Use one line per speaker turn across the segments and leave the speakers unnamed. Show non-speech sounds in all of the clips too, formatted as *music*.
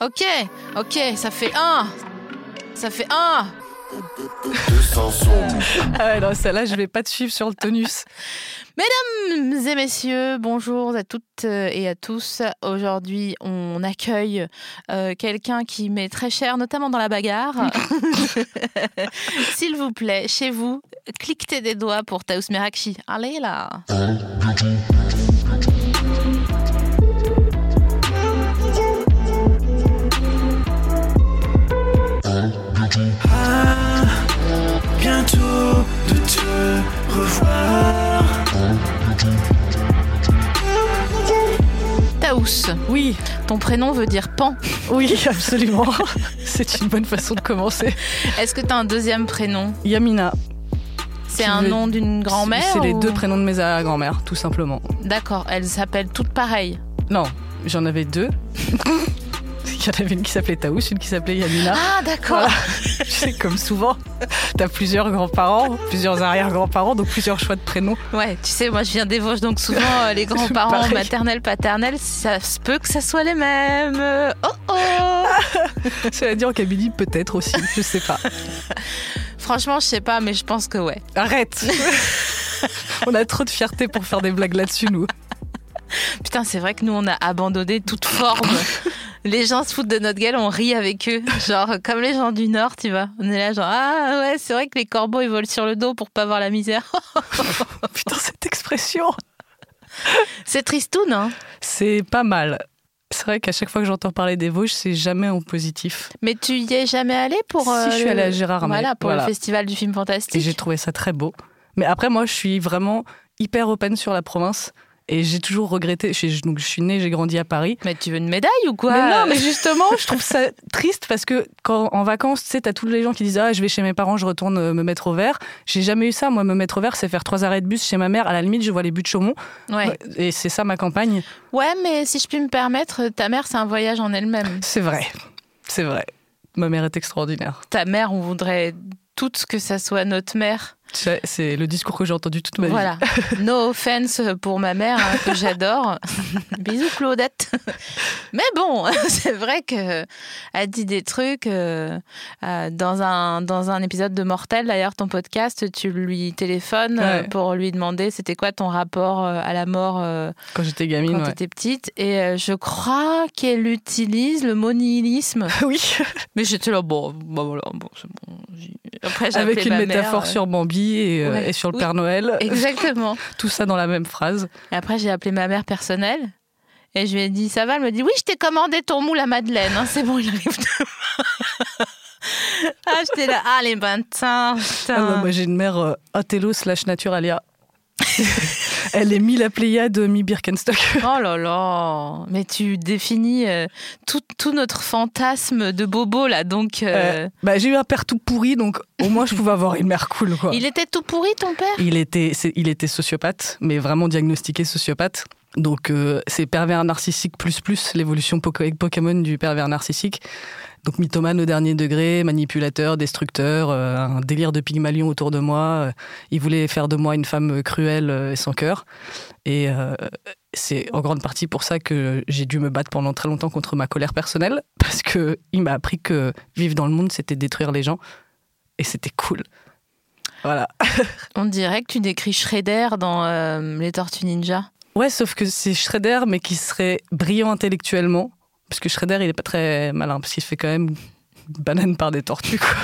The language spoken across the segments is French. Ok, ok, ça fait un. Ça fait un. *laughs*
Ah non, celle-là, je vais pas te suivre sur le tonus.
Mesdames et messieurs, bonjour à toutes euh, et à tous. Aujourd'hui, on accueille euh, quelqu'un qui m'est très cher, notamment dans la bagarre. *laughs* S'il vous plaît, chez vous, cliquez des doigts pour Taous Merakchi. Allez là
Ah, bientôt de te revoir.
Taous,
Oui,
ton prénom veut dire pan.
oui, absolument. *laughs* C'est une bonne façon de commencer.
Est-ce que tu as un deuxième prénom
Yamina.
C'est
Qui
un
veut-
nom d'une grand-mère
C'est les
ou-
deux prénoms de mes arrière-grand-mères, tout simplement.
D'accord, elles s'appellent toutes pareilles.
Non, j'en avais deux. *laughs* Il y en avait une qui s'appelait Taous, une qui s'appelait Yamina.
Ah, d'accord.
Voilà. *laughs* Tu sais, comme souvent, t'as plusieurs grands-parents, plusieurs arrière-grands-parents, donc plusieurs choix de prénoms.
Ouais, tu sais, moi je viens des Vosges, donc souvent euh,
*laughs*
les grands-parents
Pareil.
maternels, paternels, ça se peut que ça soit les mêmes. Euh, Oh
Ah.
oh
C'est à dire en Kabylie, peut-être aussi, je sais pas.
Franchement, je sais pas, mais je pense que ouais.
Arrête
*laughs*
On a trop de fierté pour faire des blagues là-dessus, nous.
Putain, c'est vrai que nous on a abandonné toute
*laughs*
forme. les gens se foutent de notre gueule, on rit avec eux. Genre, comme les gens du Nord, tu vois. On est là, genre, ah ouais, c'est vrai que les corbeaux ils volent sur le dos pour pas voir la misère. *laughs* Oh,
Putain, cette expression
c'est tristoun, hein.
C'est pas mal. C'est vrai qu'à chaque fois que j'entends parler des Vosges, c'est jamais en positif.
Mais tu y es jamais allé pour. euh,
Si, je suis
le-
allée à Gérardmer.
Voilà, pour
Voilà.
le festival du film
Et
fantastique.
j'ai trouvé ça très beau. Mais après, moi, je suis vraiment hyper open sur la province. Et j'ai toujours regretté. Je, donc, je suis née, j'ai grandi à Paris.
Mais tu veux une médaille ou quoi
Mais non, mais justement, je trouve ça triste parce que quand en vacances, tu sais, t'as tous les gens qui disent Ah, je vais chez mes parents, je retourne euh, me mettre au vert. J'ai jamais eu ça. Moi, me mettre au vert, c'est faire trois arrêts de bus chez ma mère. À la limite, je vois les buts de Chaumont.
Ouais.
Et c'est ça ma campagne.
Ouais, mais si je puis me permettre, ta mère, c'est un voyage en elle-même.
C'est vrai. C'est vrai. Ma mère est extraordinaire.
Ta mère, on voudrait toutes que ça soit notre mère.
C'est c'est le discours que j'ai entendu toute ma vie.
Voilà. No offense pour ma mère, hein, que
*laughs*
j'adore. Bisous, Claudette. Mais bon, *laughs* c'est vrai que elle dit des trucs. euh, euh, dans, un, dans un épisode de Mortel, d'ailleurs, ton podcast, tu lui téléphones euh,
Ouais.
pour lui demander c'était quoi ton rapport euh, à la mort euh,
Quand j'étais gamine,
quand
ouais.
t'étais petite. Et euh, je crois qu'elle utilise le mot nihilisme.
*laughs* Oui,
Mais j'étais là, bon, bah voilà, bon, c'est bon. J'ai- Après, j'ai
avec
appelé
une
ma mère,
métaphore
euh,
sur Bambi et, euh,
Ouais.
et sur le
Oui.
Père Noël,
Exactement.
tout ça dans la même phrase.
Et après, j'ai appelé ma mère personnelle. Et je lui ai dit, ça va Elle me dit, oui, je t'ai commandé ton moule à Madeleine. hein, c'est bon, il arrive demain. *laughs* ah, j'étais là, ah, les bantins, putain.
Ah bah, moi j'ai une mère euh, Othello slash Naturalia. *laughs* Elle est mi la Pléiade, mi Birkenstock.
Oh là là, mais tu définis euh, tout, tout notre fantasme de bobo là, donc euh,
Euh, bah, j'ai eu un père tout pourri, donc au moins je pouvais avoir une mère cool. Quoi.
il était tout pourri ton père.
Il était, c'est- il était sociopathe, mais vraiment diagnostiqué sociopathe. Donc, euh, c'est pervers narcissique plus plus l'évolution Poké- Pokémon du pervers narcissique. Donc, mythomane au dernier degré, manipulateur, destructeur, euh, un délire de pygmalion autour de moi. Euh, il voulait faire de moi une femme cruelle euh, et sans cœur. Et euh, c'est en grande partie pour ça que j'ai dû me battre pendant très longtemps contre ma colère personnelle, *laughs* parce que il m'a appris que vivre dans le monde, c'était détruire les gens. Et c'était cool. Voilà.
On dirait que tu décris Shredder dans euh, les Tortues Ninja.
Ouais, sauf que c'est Shredder, mais qui serait brillant intellectuellement. Parce que Shredder, il est pas très malin, parce qu'il se fait quand même banane par des tortues, quoi.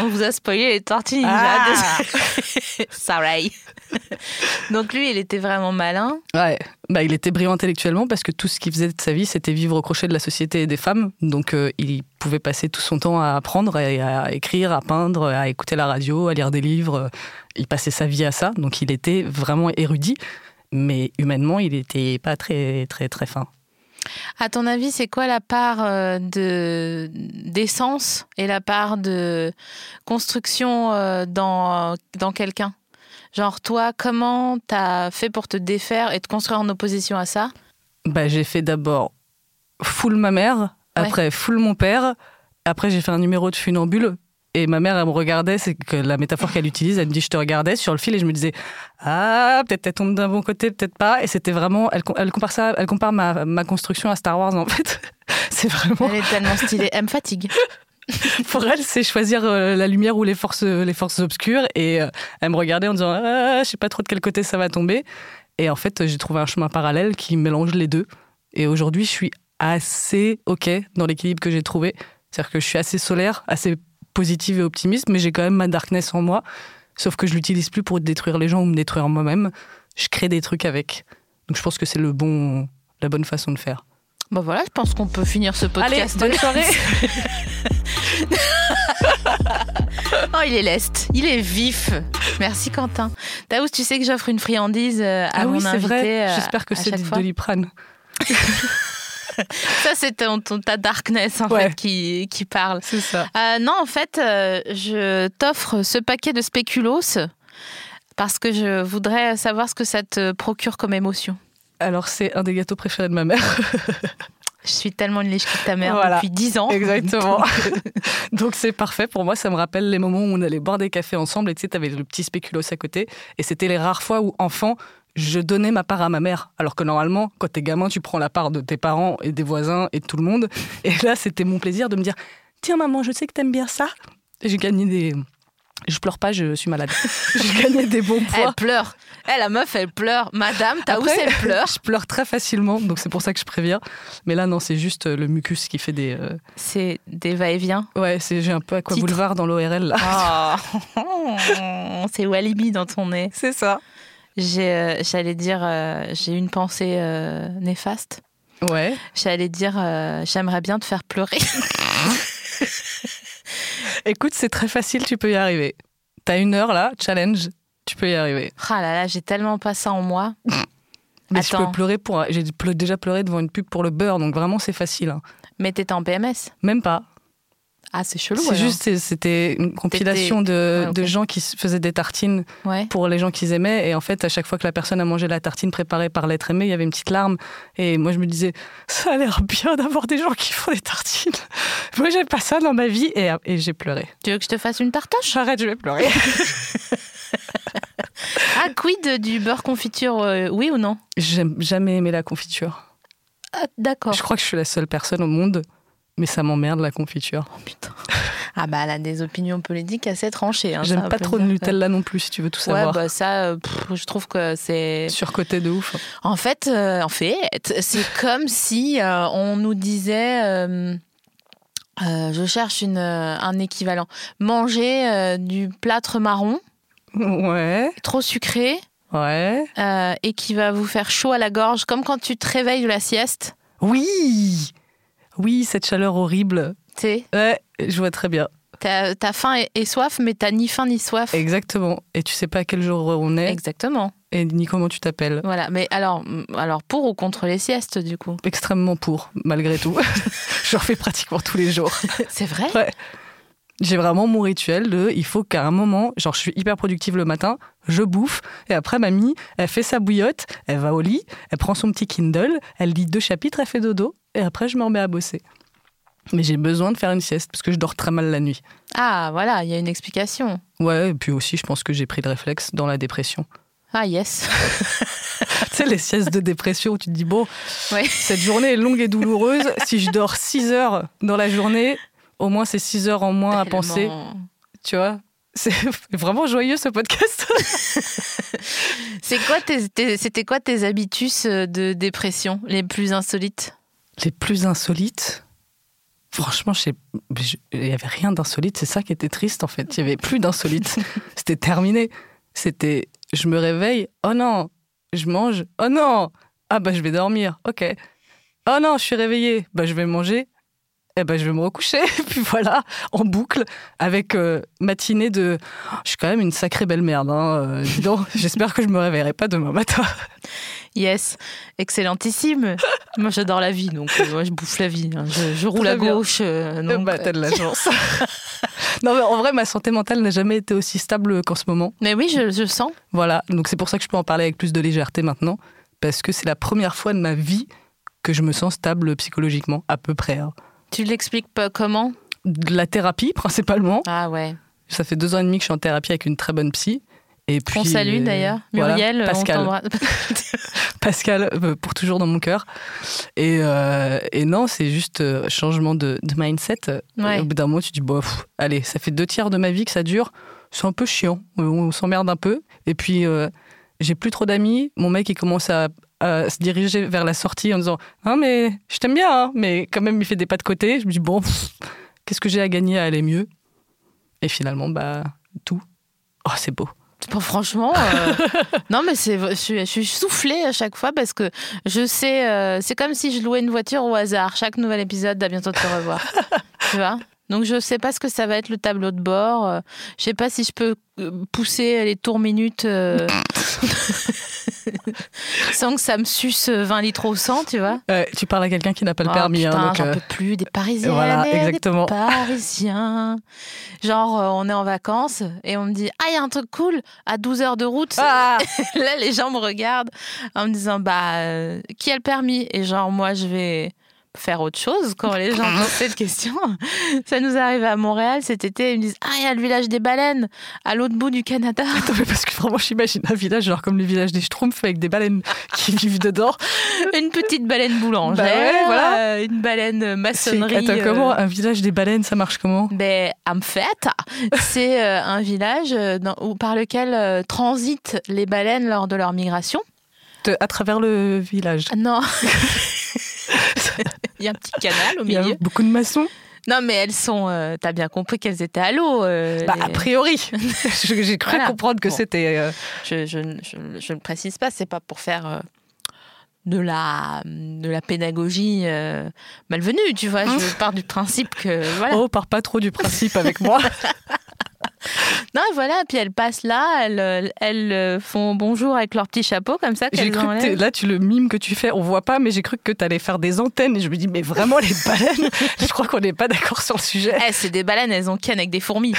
On vous a spoilé les tortues ninja.
Ah.
désolé. *laughs* Sorry. *laughs* Donc lui, il était vraiment malin.
Ouais. Bah, il était brillant intellectuellement parce que tout ce qu'il faisait de sa vie, c'était vivre au crochet de la société et des femmes. Donc, euh, il pouvait passer tout son temps à apprendre, et à écrire, à peindre, à écouter la radio, à lire des livres. Il passait sa vie à ça. Donc, il était vraiment érudit. mais humainement, il était pas très, très, très fin.
À ton avis, c'est quoi la part euh, de d'essence et la part de construction euh, dans, dans quelqu'un Genre, toi, comment t'as fait pour te défaire et te construire en opposition à ça
Bah, j'ai fait d'abord full ma mère, après full mon père, après j'ai fait un numéro de funambule. Et ma mère, elle me regardait, c'est que la métaphore qu'elle utilise, elle me dit Je te regardais sur le fil et je me disais Ah, peut-être elle tombe d'un bon côté, peut-être pas. Et c'était vraiment, elle, com- elle compare ça, elle compare ma, ma construction à Star Wars en fait. *laughs* c'est vraiment,
Elle est tellement stylée, elle me fatigue.
pour elle, c'est choisir euh, la lumière ou les forces, euh, les forces obscures. Et euh, elle me regardait en disant ah, Je sais pas trop de quel côté ça va tomber. Et en fait, j'ai trouvé un chemin parallèle qui mélange les deux. Et aujourd'hui, je suis assez OK dans l'équilibre que j'ai trouvé. C'est-à-dire que je suis assez solaire, assez positive et optimiste, mais j'ai quand même ma darkness en moi. Sauf que je l'utilise plus pour détruire les gens ou me détruire moi-même. Je crée des trucs avec. Donc je pense que c'est le bon, la bonne façon de faire.
Bon voilà, je pense qu'on peut finir ce podcast.
Allez, bonne soirée.
*laughs*
*laughs*
oh, il est leste, il est vif. Merci Quentin. Taous, tu sais que j'offre une friandise euh, à
Ah
mon
oui, c'est
invité.
vrai.
euh,
J'espère que
à
c'est
chaque
du
fois.
doliprane.
Ça, c'est ton, ton- ta darkness en
Ouais.
fait qui, qui parle.
C'est ça.
Euh, non, en fait, euh, je t'offre ce paquet de spéculos parce que je voudrais savoir ce que ça te procure comme émotion.
Alors, c'est un des gâteaux préférés de ma mère.
Je suis tellement une lèche de ta mère
Voilà.
depuis 10 ans.
Exactement. *laughs* Donc, c'est parfait. Pour moi, ça me rappelle les moments où on allait boire des cafés ensemble et tu sais, t'avais le petit spéculoos à côté. Et c'était les rares fois où, enfant, je donnais ma part à ma mère. Alors que normalement, quand t'es gamin, tu prends la part de tes parents et des voisins et de tout le monde. *laughs* Et là, c'était mon plaisir de me dire Tiens, maman, je sais que t'aimes bien ça. Et j'ai gagné des. Je pleure pas, je suis malade. *laughs* j'ai gagné des bons
*laughs* Elle
poids.
pleure. Eh, la meuf, elle pleure. Madame, t'as où
Après- *laughs*
elle pleure
Je pleure très facilement, donc c'est pour ça que je préviens. Mais là, non, c'est juste euh, le mucus qui fait des. euh,
C'est des va-et-vient.
*laughs* Ouais, c'est j'ai un peu aqua
Titre.
boulevard dans l'ORL là.
Oh, c'est Walibi dans ton nez.
C'est ça.
J'ai, euh, J'allais dire, euh, j'ai une pensée euh, néfaste.
Ouais.
J'allais dire, euh, j'aimerais bien te faire pleurer. *laughs*
Écoute, c'est très facile, tu peux y arriver. T'as une heure là, challenge, tu peux y arriver.
Ah là là, j'ai tellement pas ça en moi.
Mais je
Attends.
peux pleurer pour. un- J'ai ple- déjà pleuré devant une pub pour le beurre, donc vraiment c'est facile. hein.
Mais t'étais en PMS.
Même pas.
Ah, c'est chelou.
C'est
alors.
juste, c'est- c'était une compilation de,
Ah, ok.
de gens qui se faisaient des tartines
Ouais.
pour les gens qu'ils aimaient. Et en fait, à chaque fois que la personne a mangé la tartine préparée par l'être aimé, il y avait une petite larme. Et moi, je me disais, ça a l'air bien d'avoir des gens qui font des tartines. *laughs* Moi, j'ai pas ça dans ma vie. Et, et j'ai pleuré.
Tu veux que je te fasse une tartoche
J'arrête, je vais pleurer.
*laughs* Ah, quid du beurre confiture, euh, oui ou non
J'aime jamais aimé la confiture.
Ah, D'accord.
Je crois que je suis la seule personne au monde, mais ça m'emmerde la confiture.
Oh, putain. Ah bah elle a des opinions politiques assez tranchées. hein, ça,
J'aime
on
pas
peut
trop
le
le
dire.
Nutella non plus, si tu veux tout
Ouais,
savoir.
bah ça, euh, pff, je trouve que c'est.
Surcoté de ouf.
En fait, euh, en fait, c'est comme si euh, on nous disait. euh, euh, je cherche une, euh, un équivalent. Manger euh, du plâtre marron,
Ouais,
trop sucré,
ouais.
euh, et qui va vous faire chaud à la gorge, comme quand tu te réveilles de la sieste.
Oui Oui, cette chaleur horrible.
Tu sais,
Ouais, je vois très bien.
t'as t'as faim et, et soif, mais t'as ni faim ni soif.
Exactement. Et tu sais pas quel jour on est
Exactement.
et ni comment tu t'appelles.
Voilà. Mais alors, alors pour ou contre les siestes, du coup
Extrêmement pour, malgré tout. *laughs* je refais pratiquement tous les jours.
*laughs* C'est vrai
Ouais. J'ai vraiment mon rituel de il faut qu'à un moment, genre je suis hyper productive le matin, je bouffe, et après mamie, elle fait sa bouillotte, elle va au lit, elle prend son petit Kindle, elle lit deux chapitres, elle fait dodo, et après je me remets à bosser. Mais j'ai besoin de faire une sieste parce que je dors très mal la nuit.
Ah, voilà, il y a une explication.
Ouais, et puis aussi je pense que j'ai pris le réflexe dans la dépression. *laughs*
Ah, yes.
tu sais, les siestes de dépression où tu te dis, bon,
Ouais.
cette journée est longue et douloureuse, si je dors 6 heures dans la journée, au moins c'est 6 heures en moins à penser.
Tellement.
tu vois. C'est *laughs* vraiment joyeux ce podcast.
C'est quoi tes- tes- c'était quoi tes habitus euh, de dépression les plus insolites
Les plus insolites. Franchement, je sais- je- il n'y avait rien d'insolite. C'est ça qui était triste en fait. Il n'y avait plus d'insolite. C'était terminé. C'était je me réveille. Oh non, je mange. Oh non, ah bah je vais dormir. Ok. Oh non, je suis réveillée. Bah je vais manger. eh ben, je vais me recoucher. *laughs* Puis voilà, en boucle, avec euh, matinée de. oh, Je suis quand même une sacrée belle merde. Hein. euh, dis donc, *laughs* j'espère que je me réveillerai pas demain matin. *laughs*
Yes, excellentissime. *laughs* moi, j'adore la vie, donc euh, ouais, je bouffe la vie. hein. Je, je roule
Très
à
bien.
gauche. euh,
Eh
donc,
ben, t'as de la
*laughs*
chance. non, mais en vrai, ma santé mentale n'a jamais été aussi stable qu'en ce moment.
Mais oui, je, je sens.
Voilà, donc c'est pour ça que je peux en parler avec plus de légèreté maintenant, parce que c'est la première fois de ma vie que je me sens stable psychologiquement, à peu près. hein.
Tu l'expliques pas comment
De la thérapie, *laughs* principalement.
Ah ouais.
Ça fait deux ans et demi que je suis en thérapie avec une très bonne psy. Et puis, euh,
On salue d'ailleurs.
voilà,
Muriel, on *laughs*
Pascal,
t'embrasse.
Pascal euh, pour toujours dans mon cœur. Et, euh, et non, c'est juste euh, changement de, de mindset.
Ouais.
Au bout d'un moment, tu te dis, bof, allez, ça fait deux tiers de ma vie que ça dure. C'est un peu chiant. On, on s'emmerde un peu. Et puis, euh, j'ai plus trop d'amis. Mon mec, il commence à, à se diriger vers la sortie en disant, hein, mais je t'aime bien, hein, mais quand même, il fait des pas de côté. Je me dis, bon, pff, qu'est-ce que j'ai à gagner à aller mieux Et finalement, bah, tout. Oh, c'est beau.
Bon, franchement, *laughs* euh, non mais c'est, je, suis- je suis soufflée à chaque fois parce que je sais, euh, c'est comme si je louais une voiture au hasard. Chaque nouvel épisode, d'à bientôt te *laughs* revoir, tu vois. Donc je sais pas ce que ça va être le tableau de bord. euh, Je sais pas si je peux euh, pousser les tours minutes euh, *laughs* sans que ça me suce 20 litres au 100, tu vois.
Euh, tu parles à quelqu'un qui n'a pas le
Ah,
permis. hein,
putain,
donc,
j'en
euh,
peux plus des Parisiens.
voilà, exactement.
Parisien. Genre, euh, on est en vacances et on me dit Ah, il y a un truc cool à 12 heures de route.
Ah
*laughs* Là, les gens me regardent en me disant Bah, euh, qui a le permis Et genre, moi, je vais faire autre chose quand les gens posent cette question. *laughs* Ça nous arrive à Montréal cet été. Ils me disent Ah, il y a le village des baleines à l'autre bout du Canada. *laughs*
Attends, mais parce que vraiment, j'imagine un village, genre comme le village des Schtroumpfs, avec des baleines *laughs* qui vivent dedans.
Une petite baleine boulangère,
Bah ouais, voilà.
euh, une baleine
C'est-
maçonnerie.
Attends,
euh,
comment Un village des baleines, ça marche comment
Ben, en fait, c'est euh, un village euh, dans- où- par lequel euh, transitent les baleines lors de leur migration.
De- À travers le village.
Ah, *laughs* Non. Il y a un petit canal au
Il y a
milieu.
beaucoup de maçons
Non, mais elles sont. euh, T'as bien compris qu'elles étaient à l'eau. euh,
Bah,
les- *laughs*
a priori Je- J'ai cru
Voilà.
comprendre que
Bon.
c'était. euh,
Je, je, ne- je ne- je ne précise pas, c'est pas pour faire euh, de, la, de la pédagogie euh, malvenue, tu vois. *laughs* Je pars du principe que. Voilà.
Oh, part pas trop du principe
*laughs*
avec moi. *laughs*
Non, et voilà, puis elles passent là, elles, euh, elles euh, font bonjour avec leur petit chapeau, comme ça
J'ai
qu'elles
cru que t'es-
enlèvent.
là, tu le mime que tu fais, on voit pas, mais j'ai cru que t'allais faire des antennes. Et je me dis, mais vraiment, les baleines *laughs* Je crois qu'on n'est pas d'accord sur
*laughs*
le sujet.
Eh, c'est des baleines, elles ont ken avec des fourmis.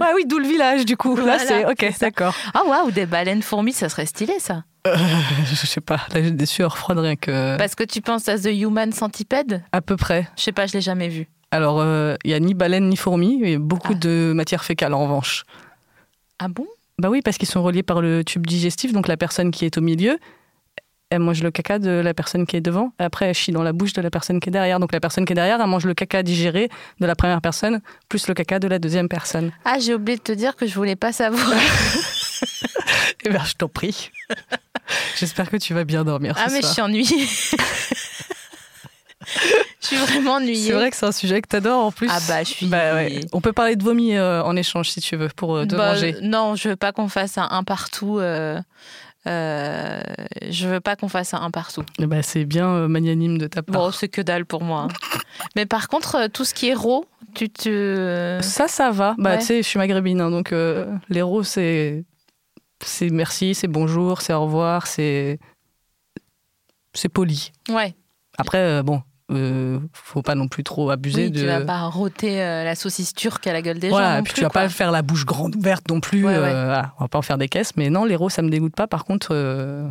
Ah oui, d'où le village, du coup.
Voilà,
là, c'est.
c'est
Ok,
ça.
d'accord. *laughs*
Ah waouh, des baleines fourmis, ça serait stylé ça.
Je sais pas, là, j'ai des sueurs froides rien que.
Parce que tu penses à The Human Centipede
À peu près.
Je sais pas, je l'ai jamais vu.
Alors, euh, il n'y a ni baleine ni fourmis, et beaucoup
Ah.
de matière fécale en revanche.
Ah bon
Bah oui, parce qu'ils sont reliés par le tube digestif, donc la personne qui est au milieu, elle mange le caca de la personne qui est devant, après elle chie dans la bouche de la personne qui est derrière. Donc la personne qui est derrière, elle mange le caca digéré de la première personne, plus le caca de la deuxième personne.
Ah, j'ai oublié de te dire que je voulais pas savoir.
*laughs* Eh bien, je t'en prie. *laughs* J'espère que tu vas bien dormir
Ah,
ce
mais je
soir.
suis *laughs* ennuyée. Je suis vraiment ennuyée.
C'est vrai que c'est un sujet que t'adores en plus.
Ah bah, je suis-
Bah ouais. On peut parler de vomi euh, en échange si tu veux, pour euh, te
Bah,
manger.
euh, Non, je veux pas qu'on fasse un un partout. euh, euh, je veux pas qu'on fasse un un partout.
Bah, c'est bien euh, magnanime de ta part.
Bon, c'est que dalle pour moi. hein. mais par contre, euh, tout ce qui est raw, tu te.
Ça, ça va. Bah,
Ouais.
tu sais, je suis maghrébine, hein, donc euh, l'héros, c'est. C'est merci, c'est bonjour, c'est au revoir, c'est. C'est poli.
Ouais.
Après, euh, bon, euh, faut pas non plus trop abuser
Oui,
de.
tu vas pas roter euh, la saucisse turque à la gueule des gens.
voilà,
non
puis
plus,
tu vas
quoi.
pas faire la bouche grande ouverte non plus.
Ouais, ouais.
euh, voilà, on va pas en faire des caisses, mais non, l'héros, ça me dégoûte pas. Par contre, euh,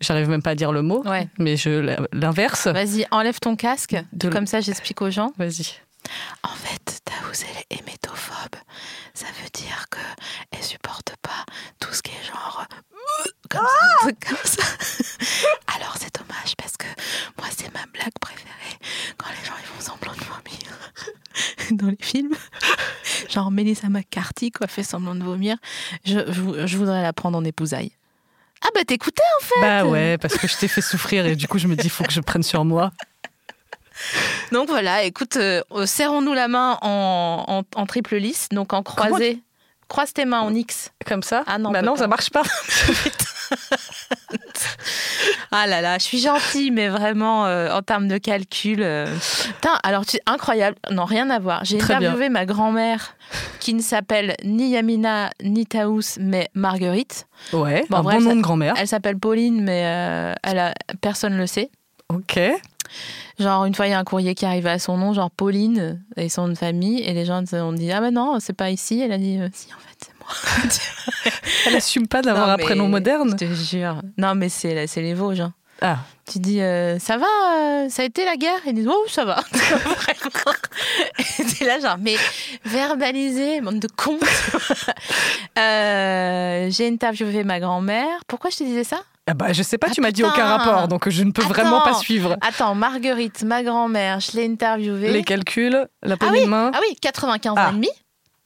j'arrive même pas à dire le mot, *laughs*
Ouais.
mais je l'inverse.
Vas-y, enlève ton casque.
De-
Comme ça, j'explique aux gens.
Vas-y.
En fait, Taouz, elle est hémétophobe. Ça veut dire que elle supporte pas tout ce qui est genre. Comme ça, un truc comme ça. *laughs* Alors, c'est dommage parce que moi, c'est ma blague préférée quand les gens ils font semblant de vomir *laughs* dans les films. Genre, Melissa McCarthy, quoi, fait semblant de vomir. Je, je- je voudrais la prendre en épousaille. Ah, bah, t'écoutais en fait
Bah ouais, parce que je t'ai fait souffrir et du coup, je me dis, faut que je prenne sur moi.
Donc voilà, écoute, euh, euh, serrons-nous la main en, en- en triple lisse, donc en croisé. Croise tes mains en X.
Comme ça
Ah non, on
Bah
peut
non,
pas.
ça marche pas.
Ah là là, je suis gentille, mais vraiment, euh, en termes de calcul. euh, Putain, alors, tu... incroyable. Non, rien à voir. J'ai
Très bien.
interviewé ma grand-mère, qui ne s'appelle ni Yamina, ni Taous, mais Marguerite.
Ouais,
Bon,
un
bref,
bon
ça-
nom de grand-mère.
Elle s'appelle Pauline, mais euh, elle a... personne ne le sait.
Ok.
Genre, une fois, il y a un courrier qui arrivait à son nom, genre Pauline et son nom de famille, et les gens ont dit Ah, bah non, c'est pas ici. Elle a dit Euh, Si, en fait, c'est moi.
Elle assume pas d'avoir
Non,
un
mais
prénom moderne.
Je te jure. Non, mais c'est c'est les Vosges. hein.
Ah,
Tu dis euh, ça va, euh, ça a été la guerre Ils disent oh ça va. *laughs* Vraiment. Et T'es là genre mais verbaliser bande de cons. *laughs* Euh, J'ai interviewé ma grand-mère. Pourquoi je te disais ça
Ah bah, je sais pas,
Ah,
tu m'as dit aucun
putain.
rapport, donc je ne peux vraiment pas
Attends. Ah
suivre.
Attends Marguerite, ma grand-mère, je l'ai interviewée.
Les calculs, la
ah
poignée
oui,
de main.
ah oui, 95
Ah.
ans et demi.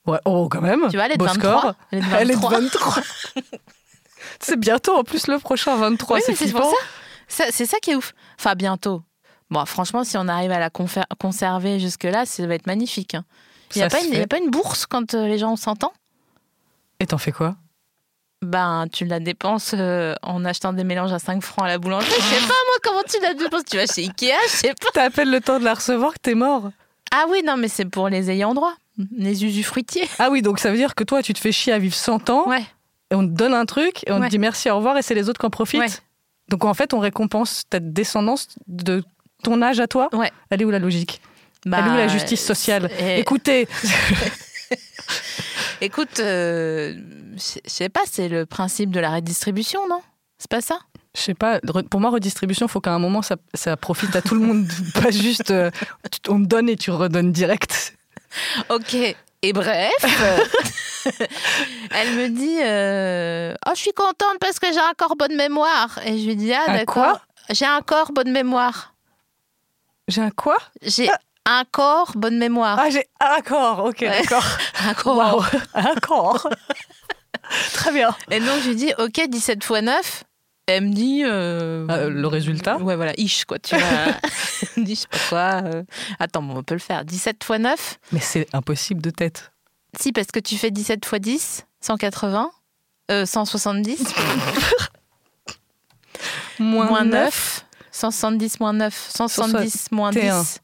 Ouais, oh, quand même.
Tu vois, elle est de
beau
23.
score.
Elle est de
Elle est de
23. *laughs*
23. c'est bientôt, en plus, le prochain 23.
Oui,
c'est
mais c'est
flippant.
pour ça. Ça- C'est ça qui est ouf. Enfin bientôt. Bon, franchement, si on arrive à la confé- conserver jusque-là, ça va être magnifique. hein. Il n'y a,
Ça
pas
se
une- il y
fait.
a pas une bourse quand euh, les gens ont 100 ans
Et t'en fais quoi
Ben, tu la dépenses euh, en achetant des mélanges à 5 francs à la boulangerie. Je sais pas, moi, comment tu la dépenses Tu vas chez Ikea Je sais pas.
T'as à peine le temps de la recevoir que t'es mort.
Ah oui, non, mais c'est pour les ayants droit, les usufruitiers.
Ah oui, donc ça veut dire que toi, tu te fais chier à vivre 100 ans,
Ouais.
et on te donne un truc, et on
Ouais.
te dit merci, au revoir, et c'est les autres qui en profitent.
Ouais.
Donc en fait, on récompense ta descendance de ton âge à toi.
Ouais.
Elle est où la logique
Bah,
Elle est où la justice sociale
c'est- eh,
Écoutez,
Écoute, euh, je je sais pas, c'est le principe de la redistribution, non C'est pas ça
Je sais pas, re- pour moi, redistribution, faut qu'à un moment, ça, ça profite à tout
*laughs*
le monde. pas juste, euh, tu- on te donne et tu redonnes direct.
Ok. Et bref, euh, *laughs* elle me dit euh, Oh, je suis contente parce que j'ai un corps bonne mémoire. Et je lui dis Ah,
Un
d'accord.
quoi
J'ai un corps bonne mémoire.
J'ai un quoi
J'ai un corps bonne mémoire.
Ah, j'ai un corps, ok,
Ouais.
d'accord.
Un corps.
Ah, Waouh, un
*laughs*
corps. Très bien.
Et donc, je lui dis, OK, 17 fois 9. Elle me dit. euh,
Ah, le résultat
Ouais, voilà, ish, quoi, tu vois.
*laughs*
Elle me dit, je sais pas quoi. euh, Attends, bon, on peut le faire. 17 fois 9
Mais c'est impossible de tête.
Si, parce que tu fais 17 fois 10, 180. euh,
*laughs*
170. moins 9. 170 moins 9. 170 moins 10.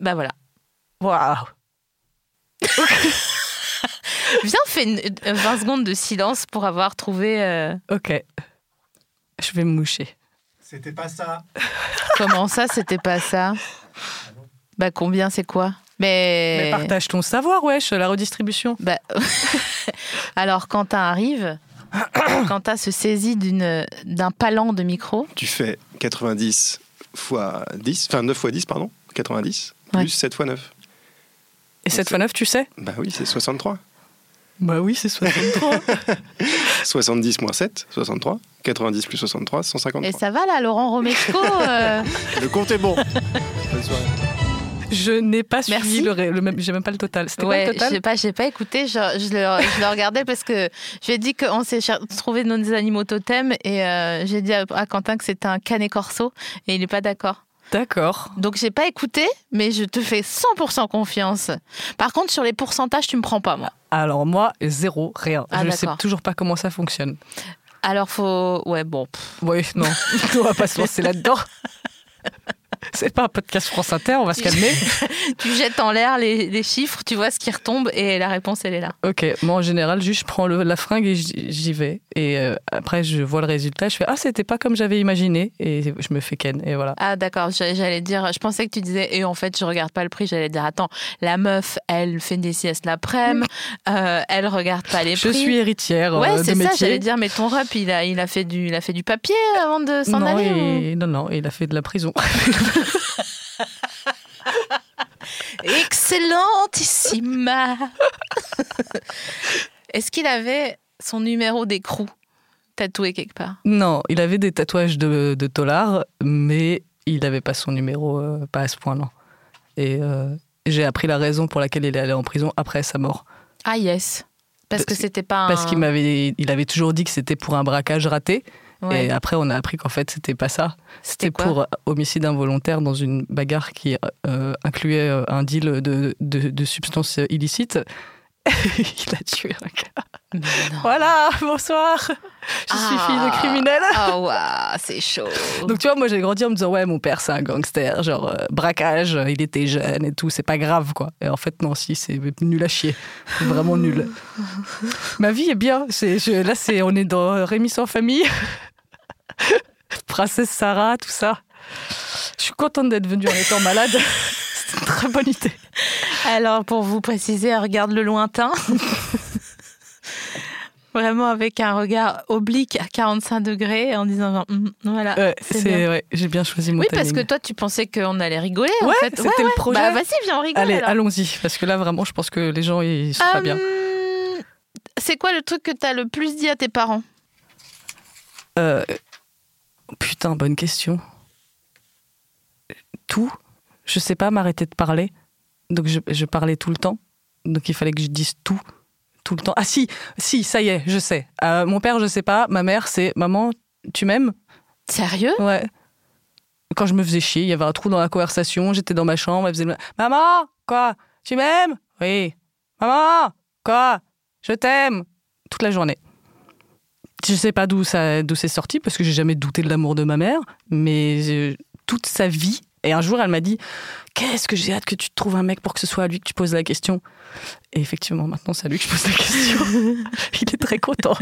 Bah voilà.
Waouh.
Viens, on fait une- euh, 20 secondes de silence pour avoir trouvé euh,
Ok. Je vais me moucher.
C'était pas ça.
comment ça, c'était pas ça. Bah combien, c'est quoi
Mais partage ton savoir, wesh, la redistribution.
Bah, *laughs* Alors, Quentin
*coughs*
arrive. Quentin se saisit d'une- d'un palan de micro.
Tu fais 90 fois 10, enfin 9 fois 10, pardon, 90,
Ouais.
plus 7 fois 9.
Et cette fois 9, tu sais
Bah oui, c'est 63.
Bah oui, c'est 63.
70 moins 7, 63. 90 plus 63,
Et
153.
ça va là, Laurent Romesco
*laughs*
euh,
Le compte est bon. Bonne soirée.
*laughs* je n'ai pas suivi
Merci.
le, ré- le même. J'ai même pas le total. C'était quoi
Ouais,
le
je
total
sais pas, j'ai pas écouté. Je, je le, je le regardais parce que j'ai dit qu'on s'est cher- trouvé nos animaux totems et euh, j'ai dit à, à Quentin que c'était un canet corso et il est pas d'accord.
D'accord.
Donc j'ai pas écouté, mais je te fais 100% confiance. Par contre, sur les pourcentages, tu me prends pas moi.
Alors moi, zéro, rien.
Ah,
je sais
d'accord.
toujours pas comment ça fonctionne.
Alors faut, ouais, bon, pff,
Oui, non, *laughs* on va pas se lancer là-dedans. *laughs* C'est pas un podcast France Inter, on va se calmer.
tu jettes en l'air les, les chiffres, tu vois ce qui retombe et la réponse elle est là.
ok, moi en général, juste je prends le- la fringue et j'y j'y vais. Et euh, après, je vois le résultat, je fais Ah, c'était pas comme j'avais imaginé. Et je me fais ken. Et voilà.
Ah d'accord, j'a- j'allais dire, je pensais que tu disais, et en fait je regarde pas le prix, j'allais dire, attends, la meuf, elle fait des siestes l'après-midi, euh, elle regarde pas les
je
prix.
suis héritière
Ouais,
euh, de
c'est ça,
métier.
j'allais dire, mais ton rep, il a, il a, fait, du, il a fait du papier avant de s'en
non,
aller ou-
et- non, non, il a fait de la prison. *laughs*
Excellentissima *laughs* Est-ce qu'il avait son numéro d'écrou tatoué quelque part
non, il avait des tatouages de, de tolard, mais il avait pas son numéro, euh, pas à ce point-là. Et euh, j'ai appris la raison pour laquelle il est allé en prison après sa mort.
Ah yes, parce,
Parce-
que c'était pas un...
Parce qu'il m'avait, il avait toujours dit que c'était pour un braquage raté.
Ouais.
Et après, on a appris qu'en fait, c'était pas ça.
C'était
C'était
quoi
pour euh, homicide involontaire dans une bagarre qui euh, incluait euh, un deal de, de, de substances illicites. *laughs* il a tué un gars.
Mais euh, non.
Voilà, bonsoir. euh, *laughs* Je suis
Ah.
fille de criminel.
Ah ouais, c'est chaud.
*laughs* Donc tu vois, moi j'ai grandi en me disant ouais mon père c'est un gangster, genre euh, braquage, euh, il était jeune et tout, c'est pas grave quoi. Et en fait non si c'est nul à chier, C'est
*laughs*
vraiment nul. Ma vie est bien, c'est je- là c'est on est dans Rémi sans famille, *laughs* princesse Sarah tout ça. Je suis contente d'être venue en étant malade. *laughs* C'est une très bonne idée.
Alors, pour vous préciser, elle regarde le lointain. *laughs* Vraiment avec un regard oblique à 45 degrés en disant genre, Hum, voilà.
Ouais,
c'est
c'est
bien.
ouais, j'ai bien choisi mon
Oui, parce que
timing.
toi, tu pensais qu'on allait rigoler en
Ouais,
fait.
c'était le projet.
Bah, vas-y, viens, on rigole.
Allez,
alors. Euh,
allons-y parce que là vraiment je pense que les gens ils sont pas bien.
Hum, C'est quoi le truc que t'as le plus dit à tes parents
Euh, putain, bonne question. Tout. Je sais pas m'arrêter de parler. Donc je, je parlais tout le temps. Donc il fallait que je dise tout. Tout le temps. Ah si, si, ça y est, je sais. Euh, mon père, je sais pas. Ma mère, c'est Maman, tu m'aimes
Sérieux
Ouais. Quand je me faisais chier, il y avait un trou dans la conversation. J'étais dans ma chambre. Elle faisait le- Maman, quoi Tu m'aimes Oui. Maman, quoi Je t'aime. Toute la journée. Je sais pas d'où ça, d'où c'est sorti parce que j'ai jamais douté de l'amour de ma mère, mais euh, toute sa vie. Et un jour, elle m'a dit Qu'est-ce que j'ai hâte que tu te trouves un mec pour que ce soit à lui que tu poses la question. Et effectivement, maintenant, c'est à lui que je pose la question. Il est très content.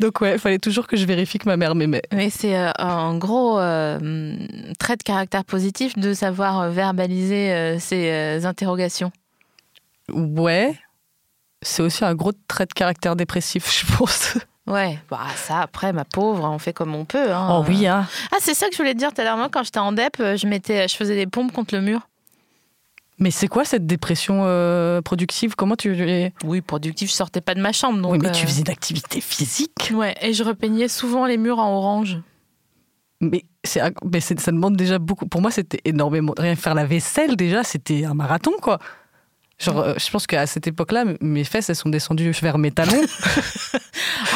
Donc, ouais, il fallait toujours que je vérifie que ma mère m'aimait.
Mais c'est euh, un gros euh, hum, trait de caractère positif de savoir euh, verbaliser euh, ces euh, interrogations.
Ouais. C'est aussi un gros trait de caractère dépressif, *laughs* je pense.
Ouais, bah ça après ma pauvre, on fait comme on peut. hein.
Oh oui, hein.
Ah c'est ça que je voulais te dire tout à l'heure. Moi quand j'étais en dep, euh, je mettais, je faisais des pompes contre le mur.
Mais c'est quoi cette dépression euh, productive Comment tu.
Oui, productif, je sortais pas de ma chambre donc.
oui, mais
euh,
tu faisais une activité physique.
Ouais, et je repeignais souvent les murs en orange.
Mais, c'est, mais c'est- ça demande déjà beaucoup. Pour moi, c'était énormément. Rien que faire la vaisselle, déjà, c'était un marathon, quoi. Genre, euh, je pense qu'à cette époque-là, m- mes fesses, elles sont descendues vers
*laughs*
mes talons.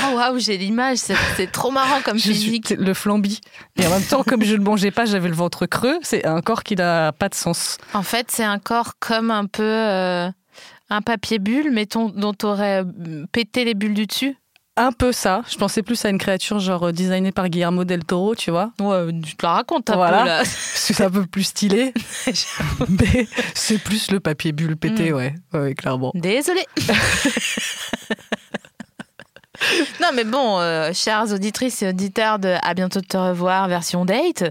Ah waouh, j'ai l'image, c'est c'est trop marrant *laughs* comme
Je suis
physique.
t- le flambi. Et en même temps, comme je ne mangeais pas, j'avais le ventre creux. C'est un corps qui n'a pas de sens.
En fait, c'est un corps comme un peu euh, un papier bulle, mais ton- dont t'aurais euh, pété les bulles du dessus.
Un peu ça. Je pensais plus à une créature genre euh, designée par Guillermo del Toro, tu vois.
Ouais, tu te la racontes un
Voilà.
peu *laughs* là.
C'est un peu plus stylé. mais c'est plus le papier bulle pété, ouais. Ouais, clairement.
Désolée. *laughs* Non mais bon, euh, chères auditrices et auditeurs de À bientôt de te revoir version date,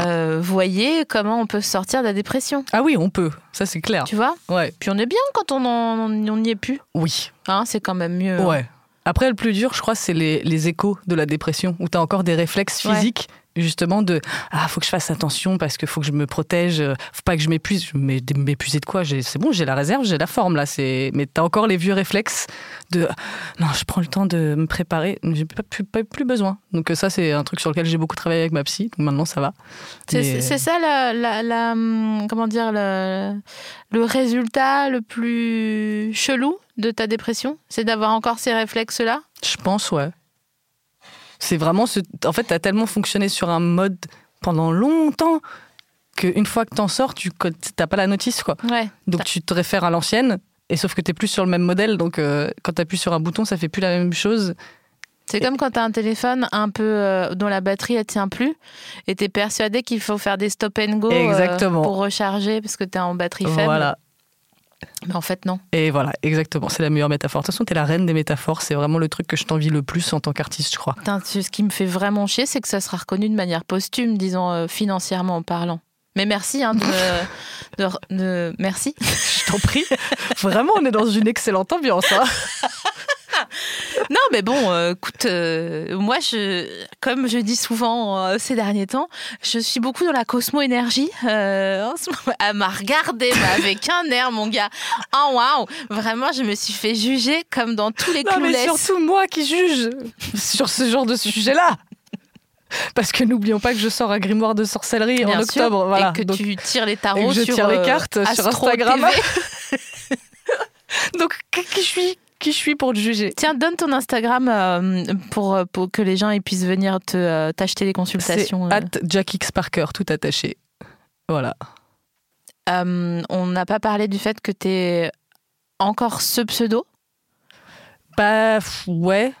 euh, voyez comment on peut sortir de la dépression,
Ah oui, on peut. Ça, c'est clair.
tu vois
Ouais.
Puis on est bien quand on en- on n'y est plus,
Oui.
hein, c'est quand même mieux.
Ouais. Après, le plus dur, je crois, c'est les, les échos de la dépression, où tu as encore des réflexes
Ouais.
physiques, justement, de Ah, faut que je fasse attention parce que faut que je me protège, euh, faut pas que je m'épuise. Je m'ai- M'épuiser de quoi J'ai- C'est bon, j'ai la réserve, j'ai la forme, là. c'est Mais tu as encore les vieux réflexes de Non, je prends le temps de me préparer, j'ai pas, plus- pas plus besoin. Donc, euh, ça, c'est un truc sur lequel j'ai beaucoup travaillé avec ma psy, donc maintenant, ça va.
C'est
Mais-
c'est ça la, la- la, hum, comment dire le, le résultat le plus chelou de ta dépression, c'est d'avoir encore ces réflexes là.
Je pense, ouais. C'est vraiment ce... En fait, t'as tellement fonctionné sur un mode pendant longtemps qu'une fois que t'en sors, tu co- t'as pas la notice, quoi.
Ouais.
Donc tu te réfères à l'ancienne, et sauf que t'es plus sur le même modèle, donc euh, quand t'appuies sur un bouton, ça fait plus la même chose.
C'est comme quand t'as un téléphone un peu euh, dont la batterie elle tient plus et t'es persuadé qu'il faut faire des stop and go euh,
Exactement.
pour recharger parce que t'es en batterie faible.
Voilà.
Mais en fait non.
Et voilà, exactement. C'est la meilleure métaphore. De toute façon, t'es la reine des métaphores. C'est vraiment le truc que je t'envie le plus en tant qu'artiste, je crois.
Putain, tu- ce qui me fait vraiment chier, c'est que ça sera reconnu de manière posthume, disons euh, financièrement en parlant. Mais merci hein, de,
*laughs*
me- de- de- merci.
Je t'en prie. *laughs* vraiment, on est dans une excellente ambiance. hein.
Non, mais bon, euh, écoute, euh, moi, je, comme je dis souvent euh, ces derniers temps, je suis beaucoup dans la cosmo-énergie. euh, en ce moment. elle m'a regardé mais avec un air, mon gars. Ah, waouh Vraiment, je me suis fait juger comme dans tous les
Non, mais
clouless.
surtout moi qui juge *laughs* sur ce genre de sujet-là. Parce que n'oublions pas que je sors un grimoire de sorcellerie
Bien
en
sûr,
octobre. voilà.
Et que
Donc-
tu tires les
et
tarots
que je
sur,
tire les
euh,
cartes sur
Astro
Instagram.
TV.
Donc, qui qui je suis Qui je suis pour te juger
Tiens, donne ton Instagram euh, pour, euh, pour que les gens ils puissent venir te, euh, t'acheter les
C'est
consultations. euh.
at Jack X Parker, tout attaché. Voilà.
Euh, on n'a pas parlé du fait que tu es encore ce pseudo.
Bah pff, ouais.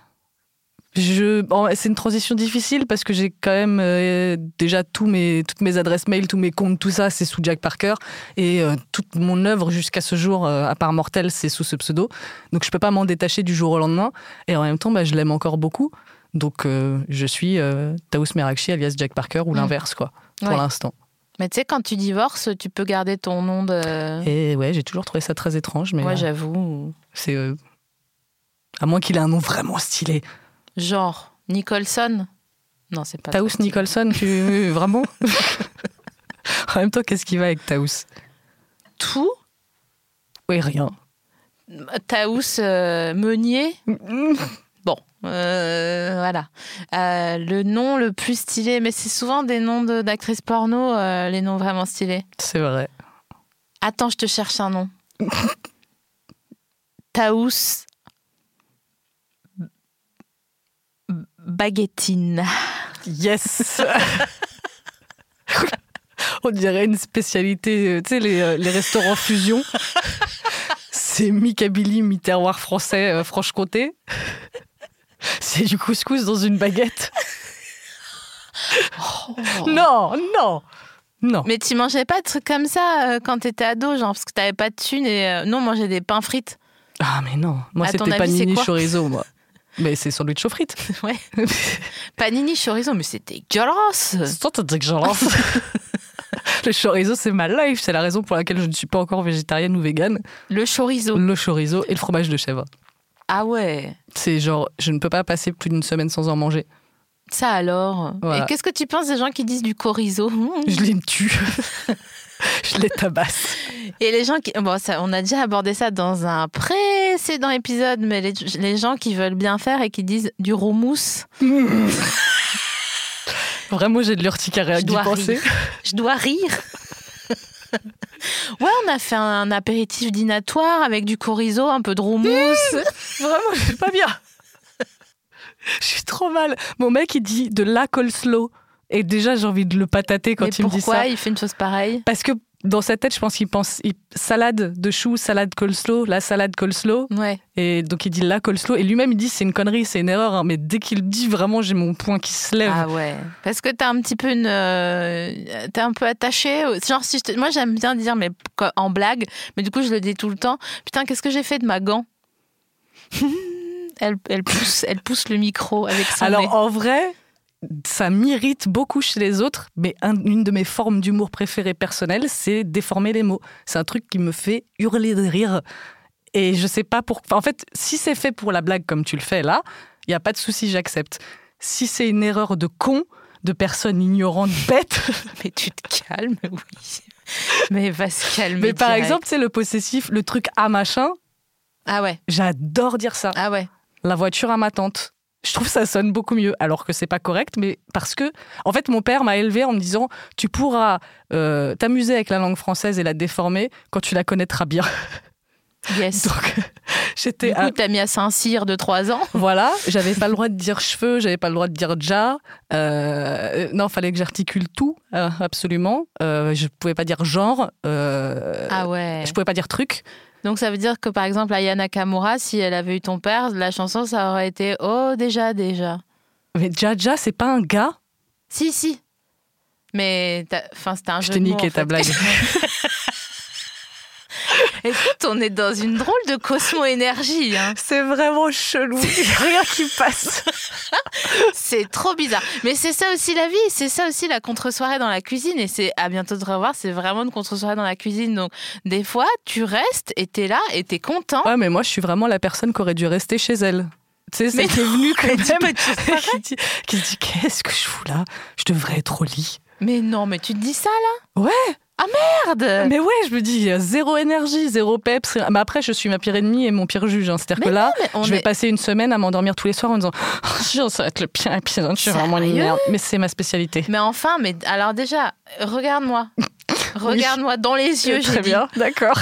Je, bon, c'est une transition difficile parce que j'ai quand même euh, déjà tous mes, toutes mes adresses mail, tous mes comptes, tout ça, c'est sous Jack Parker. Et euh, toute mon œuvre jusqu'à ce jour, euh, à part Mortel, c'est sous ce pseudo. Donc je peux pas m'en détacher du jour au lendemain. Et en même temps, bah, je l'aime encore beaucoup. Donc euh, je suis euh, Taous Merakchi alias Jack Parker ou
Mm.
l'inverse, quoi, pour
Ouais.
l'instant.
Mais tu sais, quand tu divorces, tu peux garder ton nom de.
Et ouais, j'ai toujours trouvé ça très étrange, mais
Moi,
euh,
j'avoue.
c'est. euh, à moins qu'il ait un nom vraiment stylé.
Genre, Nicholson Non, c'est pas.
Taous
trop-
Nicholson, tu... vraiment *laughs* En même temps, qu'est-ce qui va avec Taous
Tout
Oui, rien.
Taous euh, Meunier Bon, euh, voilà. Euh, le nom le plus stylé, mais c'est souvent des noms de- d'actrices porno, euh, les noms vraiment stylés.
C'est vrai.
Attends, je te cherche un
*laughs*
nom. Taous B- Baguettine.
Yes *laughs* On dirait une spécialité, euh, tu sais, les, euh, les restaurants fusion. C'est mi-Kabylie, mi-terroir français, euh, Franche-Comté. C'est du couscous dans une baguette.
Oh.
Non, non Non.
Mais tu mangeais pas de trucs comme ça euh, quand t'étais ado, genre parce que t'avais pas de thunes et euh, nous on mangeait des pains frites. *laughs*
Ah, mais non. Moi,
À ton
c'était
avis, c'est
panini
quoi
chorizo, moi. Mais c'est sandwich aux frites.
Ouais. Panini chorizo, mais c'était dégueulasse.
Toi, t'as dit que j'en lance. *laughs* Le chorizo, c'est ma life. C'est la raison pour laquelle je ne suis pas encore végétarienne ou végane.
Le chorizo.
Le chorizo et le fromage de chèvre.
Ah ouais.
C'est genre, je ne peux pas passer plus d'une semaine sans en manger.
Ça alors.
Voilà.
Et qu'est-ce que tu penses des gens qui disent du chorizo
Je les tue. *laughs* je les tabasse.
Et les gens qui. Bon, ça, on a déjà abordé ça dans un précédent épisode, mais les, les gens qui veulent bien faire et qui disent du romousse,
Vraiment, j'ai de
Je
l'urticaria Euh, d'y
dois
penser. *laughs*
je dois rire. Ouais, on a fait un apéritif dînatoire avec du chorizo, un peu de romousse.
Mmh, Vraiment, je suis pas bien. *laughs* Je suis trop mal. Mon mec, il dit de la coleslaw. Et déjà, j'ai envie de le patater quand
Mais
il me dit ça.
pourquoi il fait une chose pareille
Parce que dans sa tête, je pense qu'il pense il- salade de choux, salade coleslaw, la salade coleslaw.
Ouais.
Et donc il dit la coleslaw. Et lui-même, il dit c'est une connerie, c'est une erreur. hein. Mais dès qu'il le dit, vraiment, j'ai mon poing qui se lève.
Ah ouais. Parce que t'as un petit peu une. euh, t'es un peu attaché. au- Genre, si je te- moi j'aime bien dire, mais quoi, en blague, mais du coup je le dis tout le temps. Putain, qu'est-ce que j'ai fait de ma gant elle, elle, pousse, elle pousse le micro avec son
Alors
nez.
en vrai, ça m'irrite beaucoup chez les autres. Mais un- une de mes formes d'humour préférées personnelles, c'est déformer les mots. C'est un truc qui me fait hurler de rire. Et je sais pas pourquoi. En fait, si c'est fait pour la blague comme tu le fais là, il y a pas de souci, j'accepte. Si c'est une erreur de con, de personne ignorante, bête.
Mais tu te calmes, oui. *laughs* Mais va se calmer.
Mais par
direct.
exemple, c'est le possessif, le truc à machin,
Ah ouais,
j'adore dire ça.
ah ouais.
La voiture à ma tante. Je trouve ça sonne beaucoup mieux, alors que c'est pas correct, mais parce que, en fait, mon père m'a élevé en me disant Tu pourras euh, t'amuser avec la langue française et la déformer quand tu la connaîtras bien. *laughs*
Yes.
Donc,
du
j'étais. à-
*laughs* coup, t'as mis à Saint-Cyr de 3 ans.
Voilà, j'avais pas le droit de dire cheveux, j'avais pas le droit de dire ja. Euh, non, fallait que j'articule tout, euh, absolument. Euh, je pouvais pas dire genre. euh,
ah ouais.
Je pouvais pas dire truc.
Donc ça veut dire que par exemple, Aya Nakamura, si elle avait eu ton père, la chanson, ça aurait été Oh, déjà, déjà.
Mais ja, ja, c'est pas un gars.
Si, si. Mais t'as- enfin, c'était un
Je
jeu
t'ai
de mots,
niqué
en
ta
fait. *laughs*
blague.
Écoute, on est dans une drôle de cosmo-énergie. hein.
C'est vraiment chelou. Rien qui passe.
C'est trop bizarre. Mais c'est ça aussi la vie. C'est ça aussi la contre-soirée dans la cuisine. Et c'est à bientôt de revoir. C'est vraiment une contre-soirée dans la cuisine. Donc, des fois, tu restes et t'es là et t'es content.
Ouais, mais moi, je suis vraiment la personne qui aurait dû rester chez elle. Tu sais, celle qui
*laughs*
est venue quand même. *laughs* qui, dit, qui se dit Qu'est-ce que je fous là Je devrais être au lit.
Mais non, mais tu te dis ça là
Ouais.
Ah merde
Mais ouais, je me dis euh, zéro énergie, zéro peps. rien. Mais après, je suis ma pire ennemie et mon pire juge. hein. C'est-à-dire que
Mais
là,
non, mais on
je vais
est-
passer une semaine à m'endormir tous les soirs en disant Oh, *laughs* chiant, ça va être le pire épisode. Je suis vraiment une
Sérieux
merde. Mais c'est ma spécialité.
Mais enfin, mais alors déjà,
*laughs*
regarde-moi. Regarde-moi dans les yeux, j'ai
Euh, Très
dit.
bien, d'accord.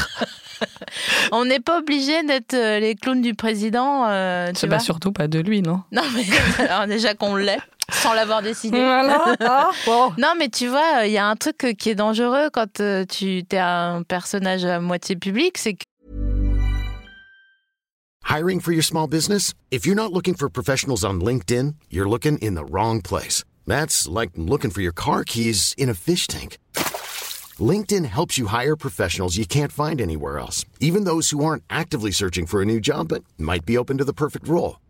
On n'est pas obligé d'être euh, les clowns du président. euh, tu
Bah,
vois.
surtout pas de lui, non
Non, mais *laughs* alors déjà qu'on l'est. sans l'avoir décidé.
Voilà. Ah, bon.
Non, mais tu vois, il y a un truc euh, qui est dangereux quand euh, tu es un personnage à moitié public, c'est que
Hiring for your small business? If you're not looking for professionals on LinkedIn, you're looking in the wrong place. That's like looking for your car keys in a fish tank. LinkedIn helps you hire professionals you can't find anywhere else, even those who aren't actively searching for a new job but might be open to the perfect role.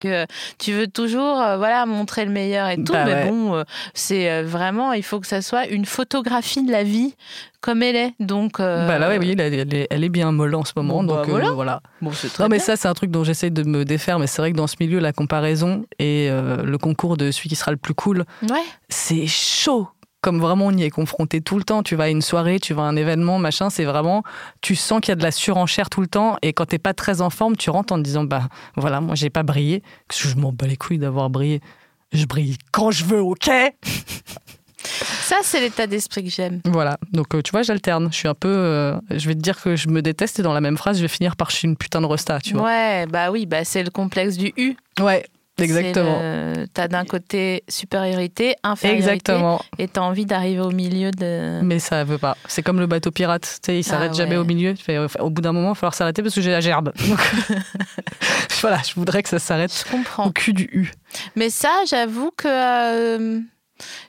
que tu veux toujours euh, voilà montrer le meilleur et tout
Bah
mais
ouais.
bon euh, c'est euh, vraiment il faut que ça soit une photographie de la vie comme elle est donc euh,
Bah là, oui, oui, elle, est- elle est bien molle en ce moment.
Bon, bah,
donc euh,
voilà.
voilà.
bon c'est très
Non, mais
bien.
ça, c'est un truc dont j'essaye de me défaire. Mais c'est vrai que dans ce milieu, la comparaison et euh, le concours de celui qui sera le plus cool,
ouais
c'est chaud. Comme vraiment, on y est confronté tout le temps. Tu vas à une soirée, tu vas à un événement, machin. C'est vraiment, tu sens qu'il y a de la surenchère tout le temps. Et quand t'es pas très en forme, tu rentres en te disant, bah voilà, moi j'ai pas brillé. Parce que je m'en bats les couilles d'avoir brillé. Je brille quand je veux, ok
ça c'est l'état d'esprit que j'aime
Voilà. Donc euh, tu vois, j'alterne. Je suis un peu. euh, je vais te dire que je me déteste et dans la même phrase, je vais finir par je suis une putain de resta, tu vois.
ouais bah oui bah c'est le complexe du U
Ouais, exactement.
C'est le- t'as d'un côté supériorité infériorité
Exactement.
et t'as envie d'arriver au milieu de
Mais ça veut pas. C'est comme le bateau pirate. Tu sais, il s'arrête
Ah
jamais
ouais.
au milieu. Tu fais, euh, au bout d'un moment, il va falloir s'arrêter parce que j'ai la gerbe. Donc, *laughs* voilà, je voudrais que ça s'arrête
je
au
comprends
cul du U.
Mais ça, j'avoue que. euh,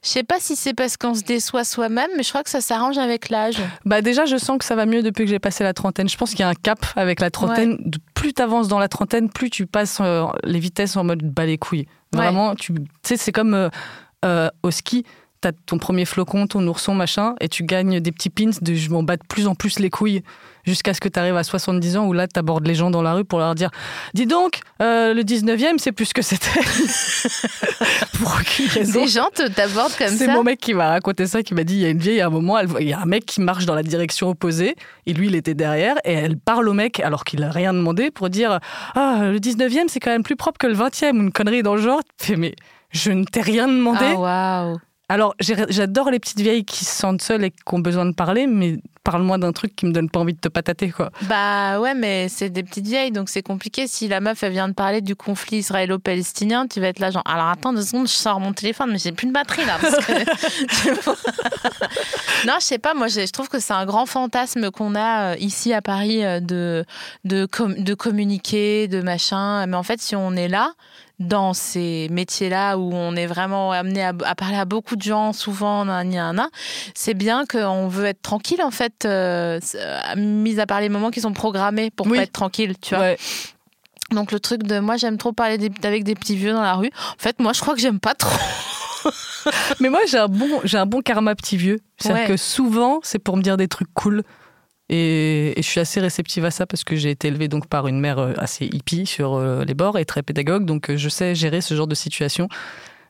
je sais pas si c'est parce qu'on se déçoit soi-même, mais je crois que ça s'arrange avec l'âge.
Bah déjà, je sens que ça va mieux depuis que j'ai passé la trentaine. Je pense qu'il y a un cap avec la trentaine. De- Plus t'avances dans la trentaine, plus tu passes euh, les vitesses en mode bas les couilles.
Ouais.
Vraiment, tu tu sais, c'est comme euh, euh, au ski. T'as ton premier flocon, ton ourson, machin, et tu gagnes des petits pins de je m'en bats de plus en plus les couilles jusqu'à ce que t'arrives à 70 ans où là t'abordes les gens dans la rue pour leur dire Dis donc, euh, le 19e, c'est plus ce que *laughs* c'était. pour aucune raison.
Des gens te- t'abordent comme
C'est
ça.
mon mec qui m'a raconté ça, qui m'a dit il y a une vieille, à un moment, elle voit- il y a un mec qui marche dans la direction opposée, et lui, il était derrière, et elle parle au mec, alors qu'il n'a rien demandé, pour dire Ah, le 19e, c'est quand même plus propre que le 20e, ou une connerie dans le genre. Tu fais, mais je ne t'ai rien demandé.
Ah, waouh.
Alors, j'ai- j'adore les petites vieilles qui se sentent seules et qui ont besoin de parler, mais parle-moi d'un truc qui me donne pas envie de te patater, quoi.
Bah ouais, mais c'est des petites vieilles, donc c'est compliqué. Si la meuf, elle vient de parler du conflit israélo-palestinien, tu vas être là, genre, alors attends deux secondes, je sors mon téléphone, mais j'ai plus de batterie là. parce que- non, je sais pas, moi, je je trouve que c'est un grand fantasme qu'on a euh, ici à Paris euh, de, de, com- de communiquer, de machin. Mais en fait, si on est là, dans ces métiers-là où on est vraiment amené à, à parler à beaucoup de gens, souvent, nan, nan, nan, c'est bien qu'on veut être tranquille, en fait, euh, c'est- euh, mis à part les moments qui sont programmés pour
Oui.
pas être tranquille, tu vois.
Ouais.
Donc, le truc de moi, j'aime trop parler des- avec des petits vieux dans la rue. En fait, moi, je crois que j'aime pas trop.
Mais moi, j'ai un bon, j'ai un bon karma petit vieux. C'est-à-dire
Ouais.
que souvent, c'est pour me dire des trucs cool. Et, et je suis assez réceptive à ça parce que j'ai été élevée donc par une mère euh, assez hippie sur euh, les bords et très pédagogue. Donc, euh, je sais gérer ce genre de situation.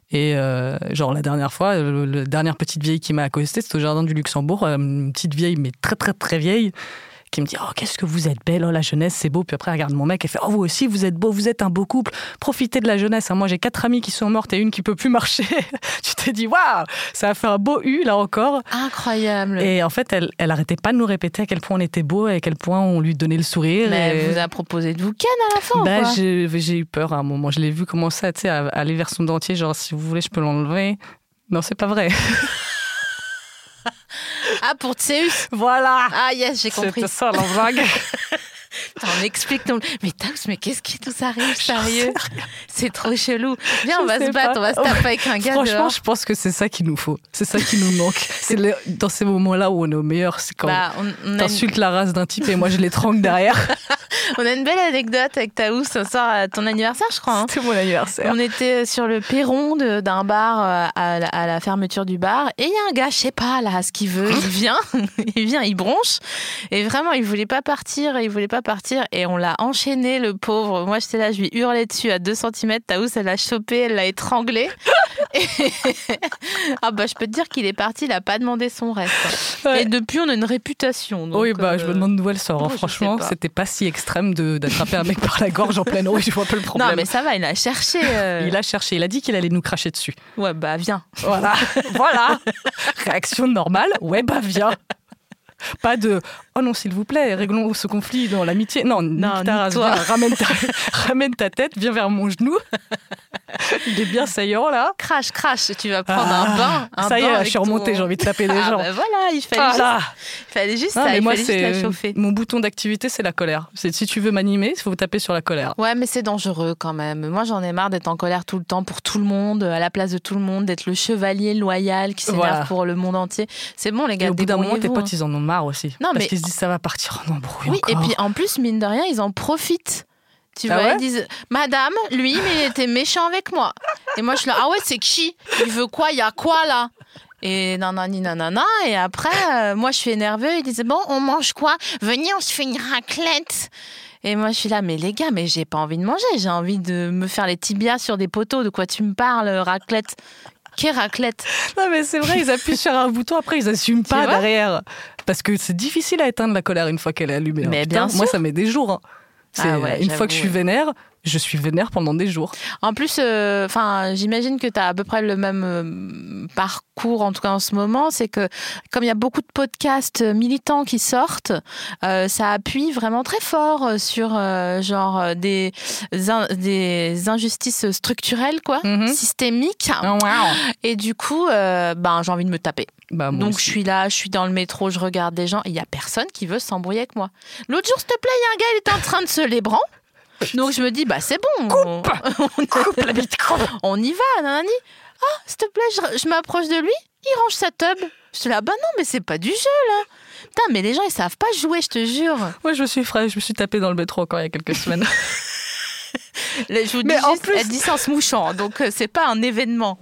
Et euh, genre, la dernière fois, le- la dernière petite vieille qui m'a accostée, c'était au jardin du Luxembourg. euh, Une petite vieille, mais très, très, très vieille qui me dit Oh, qu'est-ce que vous êtes belle, oh, la jeunesse, c'est beau. Puis après, elle regarde mon mec et fait Oh, vous aussi, vous êtes beau, vous êtes un beau couple, profitez de la jeunesse. hein. Moi, j'ai quatre amies qui sont mortes et une qui peut plus marcher. *laughs* tu t'es dit Waouh, ça a fait un beau U là encore.
Incroyable.
Et en fait, elle, elle arrêtait pas de nous répéter à quel point on était beau et à quel point on lui donnait le sourire.
mais
et-
elle vous a proposé de vous ken à la fin ou
bah,
quoi
j'ai j'ai eu peur à un moment. Je l'ai vu commencer à, tu sais, à aller vers son dentier, genre si vous voulez, je peux l'enlever. Non, c'est pas vrai. *laughs*
Ah, pour Tseus
Voilà
Ah, yes, j'ai compris.
C'était ça
*laughs*
l'envague.
Putain, on explique donc. Mais Taos, mais qu'est-ce qui nous arrive, sérieux C'est trop chelou. Viens, on
Je
va
sais
se battre,
pas.
on va se taper avec un gars
Franchement,
dehors.
je pense que c'est ça qu'il nous faut. C'est ça qui nous
*laughs*
manque. c'est le- dans ces moments-là où on est au meilleur. C'est quand
Bah, on, on a une,
t'insultes la race d'un type et moi je l'étrangle derrière.
on a une belle anecdote avec Taous, on sort à euh, ton anniversaire, je crois. *laughs* hein.
C'était mon anniversaire.
On était sur le perron de- d'un bar euh, à la, à la fermeture du bar et il y a un gars, je sais pas là, ce qu'il
Hein
veut, il vient, *laughs* il vient, il bronche et vraiment il voulait pas partir, il voulait pas partir et on l'a enchaîné
*laughs*
le pauvre. Moi j'étais là, je lui hurlais dessus à 2 cm, Taous elle l'a chopé, elle l'a étranglé *laughs* ah bah je peux te dire qu'il est parti, il a pas demandé son reste. hein.
Ouais.
Et depuis on a une réputation. donc,
oui, bah, je
euh,
me demande d'où elle sort. hein.
je sais
Franchement,
pas.
c'était pas si extrême de- d'attraper un mec par la gorge
*laughs*
en pleine rue. Je vois pas le problème.
Non mais ça va, il a
*laughs*
cherché. euh,
Il a cherché, il a dit qu'il allait nous cracher dessus.
Ouais bah viens.
Voilà, *laughs* voilà. Réaction normale, ouais, bah viens. Pas de oh non, s'il vous plaît, réglons ce conflit dans l'amitié. Non, nique ta race,
nique-toi.
viens, ramène, ta, *laughs* ramène ta tête, viens vers mon genou. Il est bien saillant là.
Crash, crash, tu vas prendre un
Ah,
bain. un
ça y
bain
est,
avec
je suis remontée,
ton-
j'ai envie de taper des
Ah
gens.
bah voilà, il fallait
Ah
juste,
là
il fallait juste
Non,
ça,
mais
il
moi,
fallait juste la
c'est
chauffer.
mon bouton d'activité, c'est la colère. C'est si tu veux m'animer, il faut taper sur la colère.
Ouais, mais c'est dangereux quand même. Moi, j'en ai marre d'être en colère tout le temps pour tout le monde, à la place de tout le monde, d'être le chevalier loyal qui s'énerve
Voilà.
pour le monde entier. C'est bon, les
Et
gars,
au bout d'un moment, tes
débrouillez-vous, hein.
potes, ils en ont marre aussi.
Non,
parce
mais-
qu'ils se disent, ça va partir en embrouille.
Oui, et
encore.
puis en plus, mine de rien, ils en profitent. Tu
Ah
vois,
ouais
ils disent Madame, lui, mais il était méchant avec moi. Et moi, je suis là Ah ouais, c'est qui Il veut quoi Il y a quoi là et nanani nanana, et après, euh, moi je suis énervée, ils disent Bon, on mange quoi Venez, on se fait une raclette Et moi je suis là, mais les gars, mais j'ai pas envie de manger, j'ai envie de me faire les tibias sur des poteaux, de quoi tu me parles, raclette Qu'est raclette
Non, mais c'est vrai, ils appuient sur un bouton, après ils assument pas
vois
derrière. Parce que c'est difficile à éteindre la colère une fois qu'elle est allumée. hein.
Mais
Putain,
bien
Moi, ça met des jours. hein.
Ah
C'est-
ouais,
une fois que je suis
j'avoue,
vénère, je suis vénère pendant des jours.
En plus, euh, enfin, j'imagine que tu as à peu près le même euh, parcours, en tout cas en ce moment, c'est que comme il y a beaucoup de podcasts euh, militants qui sortent, euh, ça appuie vraiment très fort euh, sur euh, genre euh, des, in- des injustices structurelles, quoi,
Mhm.
systémiques.
Ah,
Et du coup, euh, ben, j'ai envie de me taper.
Bah, moi
Donc
aussi.
je suis là, je suis dans le métro, je regarde des gens, et il y a personne qui veut s'embrouiller avec moi. L'autre jour, s'il te plaît, il y a un gars, il était en train de se *laughs* lébran. Donc je me dis, bah c'est bon. on- *laughs* on, on y va, nanani. Ah, s'il te plaît, je, je m'approche de lui, il range sa tub. Je suis là, bah non, mais c'est pas du jeu là. Putain, mais les gens, ils savent pas jouer, je te jure.
Ouais, je suis fraîche, je me suis tapée dans le métro encore il y a quelques semaines.
*laughs* Là, je vous dis
Mais en
juste,
plus-
elle dit ça en se mouchant, donc euh, c'est pas un événement.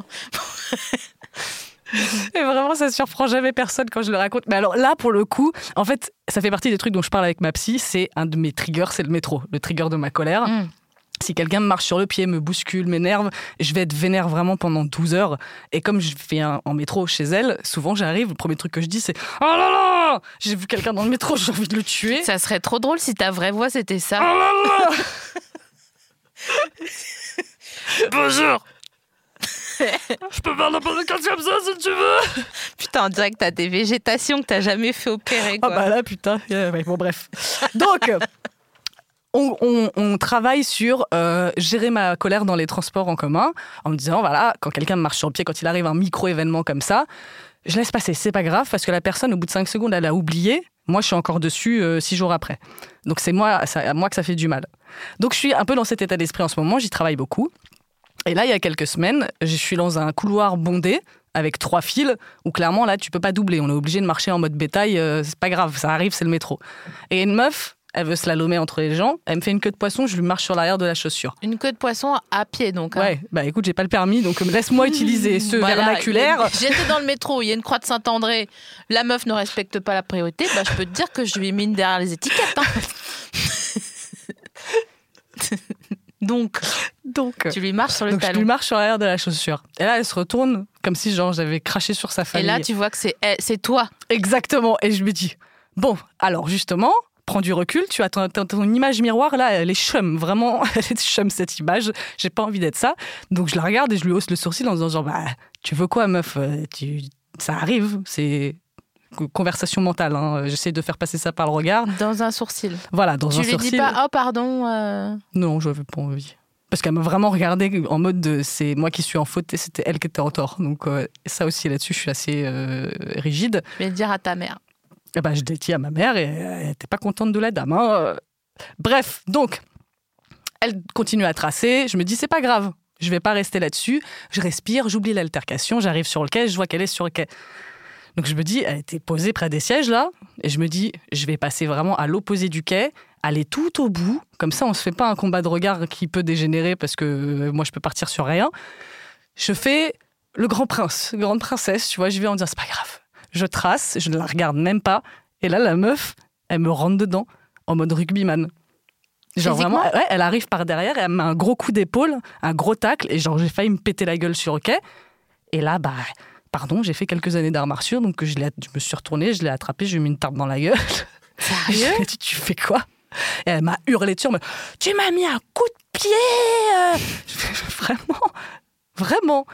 Et vraiment, ça surprend jamais personne quand je le raconte. Mais alors là, pour le coup, en fait, ça fait partie des trucs dont je parle avec ma psy. C'est un de mes triggers, c'est le métro, le trigger de ma colère.
Mm.
Si quelqu'un me marche sur le pied, me bouscule, m'énerve, je vais être vénère vraiment pendant 12 heures. Et comme je fais un- en métro chez elle, souvent j'arrive, le premier truc que je dis c'est Oh là là J'ai vu quelqu'un dans le métro, *laughs* j'ai envie de le tuer.
Ça serait trop drôle si ta vraie voix c'était ça.
Oh là là Bonjour Je peux faire n'importe quel comme ça si tu veux
Putain, Jack, t'as des végétations que t'as jamais fait opérer.
*laughs* Ah
Quoi.
bah là, putain. euh, ouais, bon, bref. Donc, euh, on, on- on travaille sur euh, gérer ma colère dans les transports en commun en me disant, voilà, quand quelqu'un me marche sur le pied, quand il arrive un micro-événement comme ça, je laisse passer. C'est pas grave parce que la personne, au bout de 5 secondes, elle a oublié. Moi, je suis encore dessus 6 jours après. Donc, c'est moi, ça- à moi que ça fait du mal. Donc, je suis un peu dans cet état d'esprit en ce moment. J'y travaille beaucoup. Et là, il y a quelques semaines, je suis dans un couloir bondé avec trois fils où clairement là tu peux pas doubler, on est obligé de marcher en mode bétail, euh, c'est pas grave, ça arrive, c'est le métro. Et une meuf, elle veut se slalomer entre les gens, elle me fait une queue de poisson, je lui marche sur l'arrière de la chaussure.
Une queue de poisson à pied, donc. hein.
Ouais, bah écoute, j'ai pas le permis, donc
*laughs*
euh, laisse-moi utiliser ce
Voilà,
vernaculaire.
il y a- J'étais dans le métro, il y a une croix de Saint-André. La meuf ne respecte pas la priorité. Bah, je peux te dire que je lui ai mis une derrière les étiquettes. hein. *laughs* Donc,
*laughs* Donc, euh,
tu lui marches sur le
donc je
talon.
lui marche sur l'arrière de la chaussure. Et là, elle se retourne comme si genre j'avais craché sur sa
Et
famille.
là, tu vois que c'est eh, c'est toi.
Exactement. Et je me dis, bon, alors justement, prends du recul, tu as ton, ton- ton image miroir, là, elle est chum, vraiment, *laughs* elle est chum cette image, j'ai pas envie d'être ça. Donc je la regarde et je lui hausse le sourcil en disant, genre, bah, tu veux quoi, meuf Euh, tu, Ça arrive, c'est co- conversation mentale, hein. j'essaie de faire passer ça par le regard.
Dans un sourcil.
Voilà, dans
tu
un
lui
sourcil.
dis pas, oh pardon. euh,
Non, je n'avais pas envie. Parce qu'elle m'a vraiment regardée en mode de, c'est moi qui suis en faute et c'était elle qui était en tort. Donc euh, ça aussi là-dessus je suis assez euh, rigide.
Je vais le dire à ta mère.
Eh ben, je l'ai dit à ma mère et euh, elle n'était pas contente de la dame. hein. Euh, Bref, donc, elle continue à tracer. Je me dis, c'est pas grave, je vais pas rester là-dessus. Je respire, j'oublie l'altercation, j'arrive sur le quai, je vois qu'elle est sur le quai. Donc je me dis, elle était posée près des sièges là, et je me dis, je vais passer vraiment à l'opposé du quai, aller tout au bout, comme ça on se fait pas un combat de regard qui peut dégénérer parce que euh, moi je peux partir sur rien. Je fais le grand prince, grande princesse, tu vois, je vais en disant, c'est pas grave. Je trace, je ne la regarde même pas, et là, la meuf, elle me rentre dedans en mode rugbyman. Genre
Physiquement
vraiment, ouais, elle arrive par derrière et elle me met un gros coup d'épaule, un gros tacle, et genre j'ai failli me péter la gueule sur le quai. Et là, bah, pardon, j'ai fait quelques années d'arts martiaux, donc je, l'ai- je me suis retournée, je l'ai attrapée, je lui ai mis une tarte dans la gueule. *laughs* Je lui
Sérieux
ai dit, tu fais quoi Et elle m'a hurlé dessus, en mode, tu m'as mis un coup de pied euh. *laughs* Je fais, Vraiment Vraiment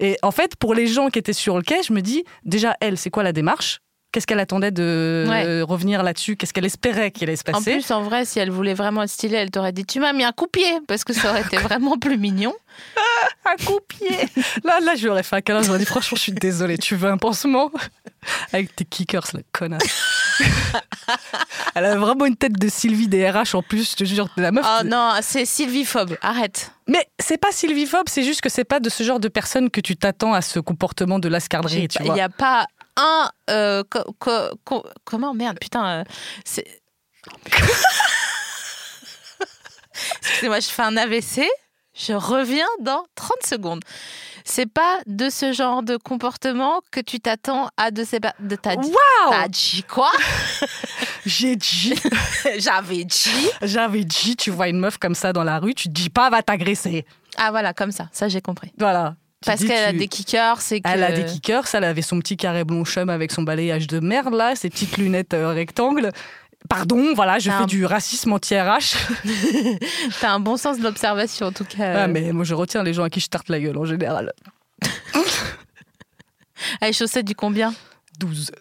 Et en fait, pour les gens qui étaient sur le quai, je me dis, déjà, elle, c'est quoi la démarche Qu'est-ce qu'elle attendait de
Ouais.
euh, revenir là-dessus Qu'est-ce qu'elle espérait qu'il allait se
En
passer
plus, en vrai, si elle voulait vraiment être stylée, elle t'aurait dit Tu m'as mis un coupier parce que ça aurait
*laughs*
été vraiment plus mignon.
Un coup de pied *laughs* Là, là, je lui aurais fait un câlin, j'aurais dit, franchement, je suis désolée, tu veux un pansement Avec tes kickers, la connasse *laughs* Elle a vraiment une tête de Sylvie des RH en plus, je te jure, la meuf.
Oh non, c'est sylviphobe, arrête.
Mais c'est pas sylviphobe, c'est juste que c'est pas de ce genre de personne que tu t'attends à ce comportement de
J'ai
l'escadrille,
pas-
tu
Il
vois.
n'y a pas un. euh, co- co- co- comment Merde, putain. euh,
*laughs*
c'est- Excusez-moi, je fais un AVC. Je reviens dans 30 secondes. C'est pas de ce genre de comportement que tu t'attends à de ces. ba- De ta T'as dit
*laughs*
quoi
J'ai dit,
J'avais dit.
j'avais dit, tu vois une meuf comme ça dans la rue, tu te dis pas va t'agresser.
Ah voilà, comme ça. Ça, j'ai compris.
Voilà. Tu
Parce
dis,
qu'elle a
tu-
des kickers, c'est que.
Elle a des kickers, elle avait son petit carré blond chum avec son balayage de merde là, ses petites lunettes euh, rectangles. Pardon, voilà, je
Ah.
fais du racisme anti-RH.
T'as un bon sens de l'observation en tout cas. euh,
Ah, mais moi je retiens les gens à qui je tarte la gueule en général.
Elle est chaussée du combien
12.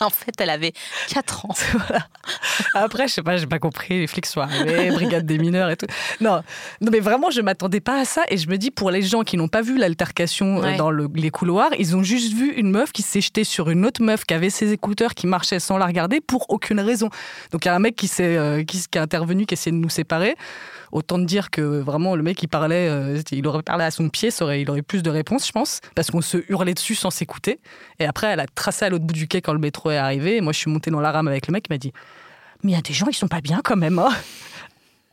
En fait, elle avait 4 ans.
*laughs* Après, je sais pas, j'ai pas compris, les flics sont arrivés, brigade des mineurs et tout. Non, non mais vraiment, je m'attendais pas à ça. Et je me dis, pour les gens qui n'ont pas vu l'altercation euh,
Ouais.
dans le- les couloirs, ils ont juste vu une meuf qui s'est jetée sur une autre meuf qui avait ses écouteurs, qui marchait sans la regarder pour aucune raison. Donc il y a un mec qui, s'est, euh, qui, s- qui est intervenu, qui essayait de nous séparer. Autant te dire que vraiment, le mec, il parlait, euh, il aurait parlé à son pied, ça aurait- il aurait eu plus de réponses, je pense, parce qu'on se hurlait dessus sans s'écouter. Et après, elle a tracé à l'autre bout du quai quand le métro est arrivé. Et moi, je suis montée dans la rame avec le mec, il m'a dit mais il y a des gens, ils sont pas bien quand même. hein.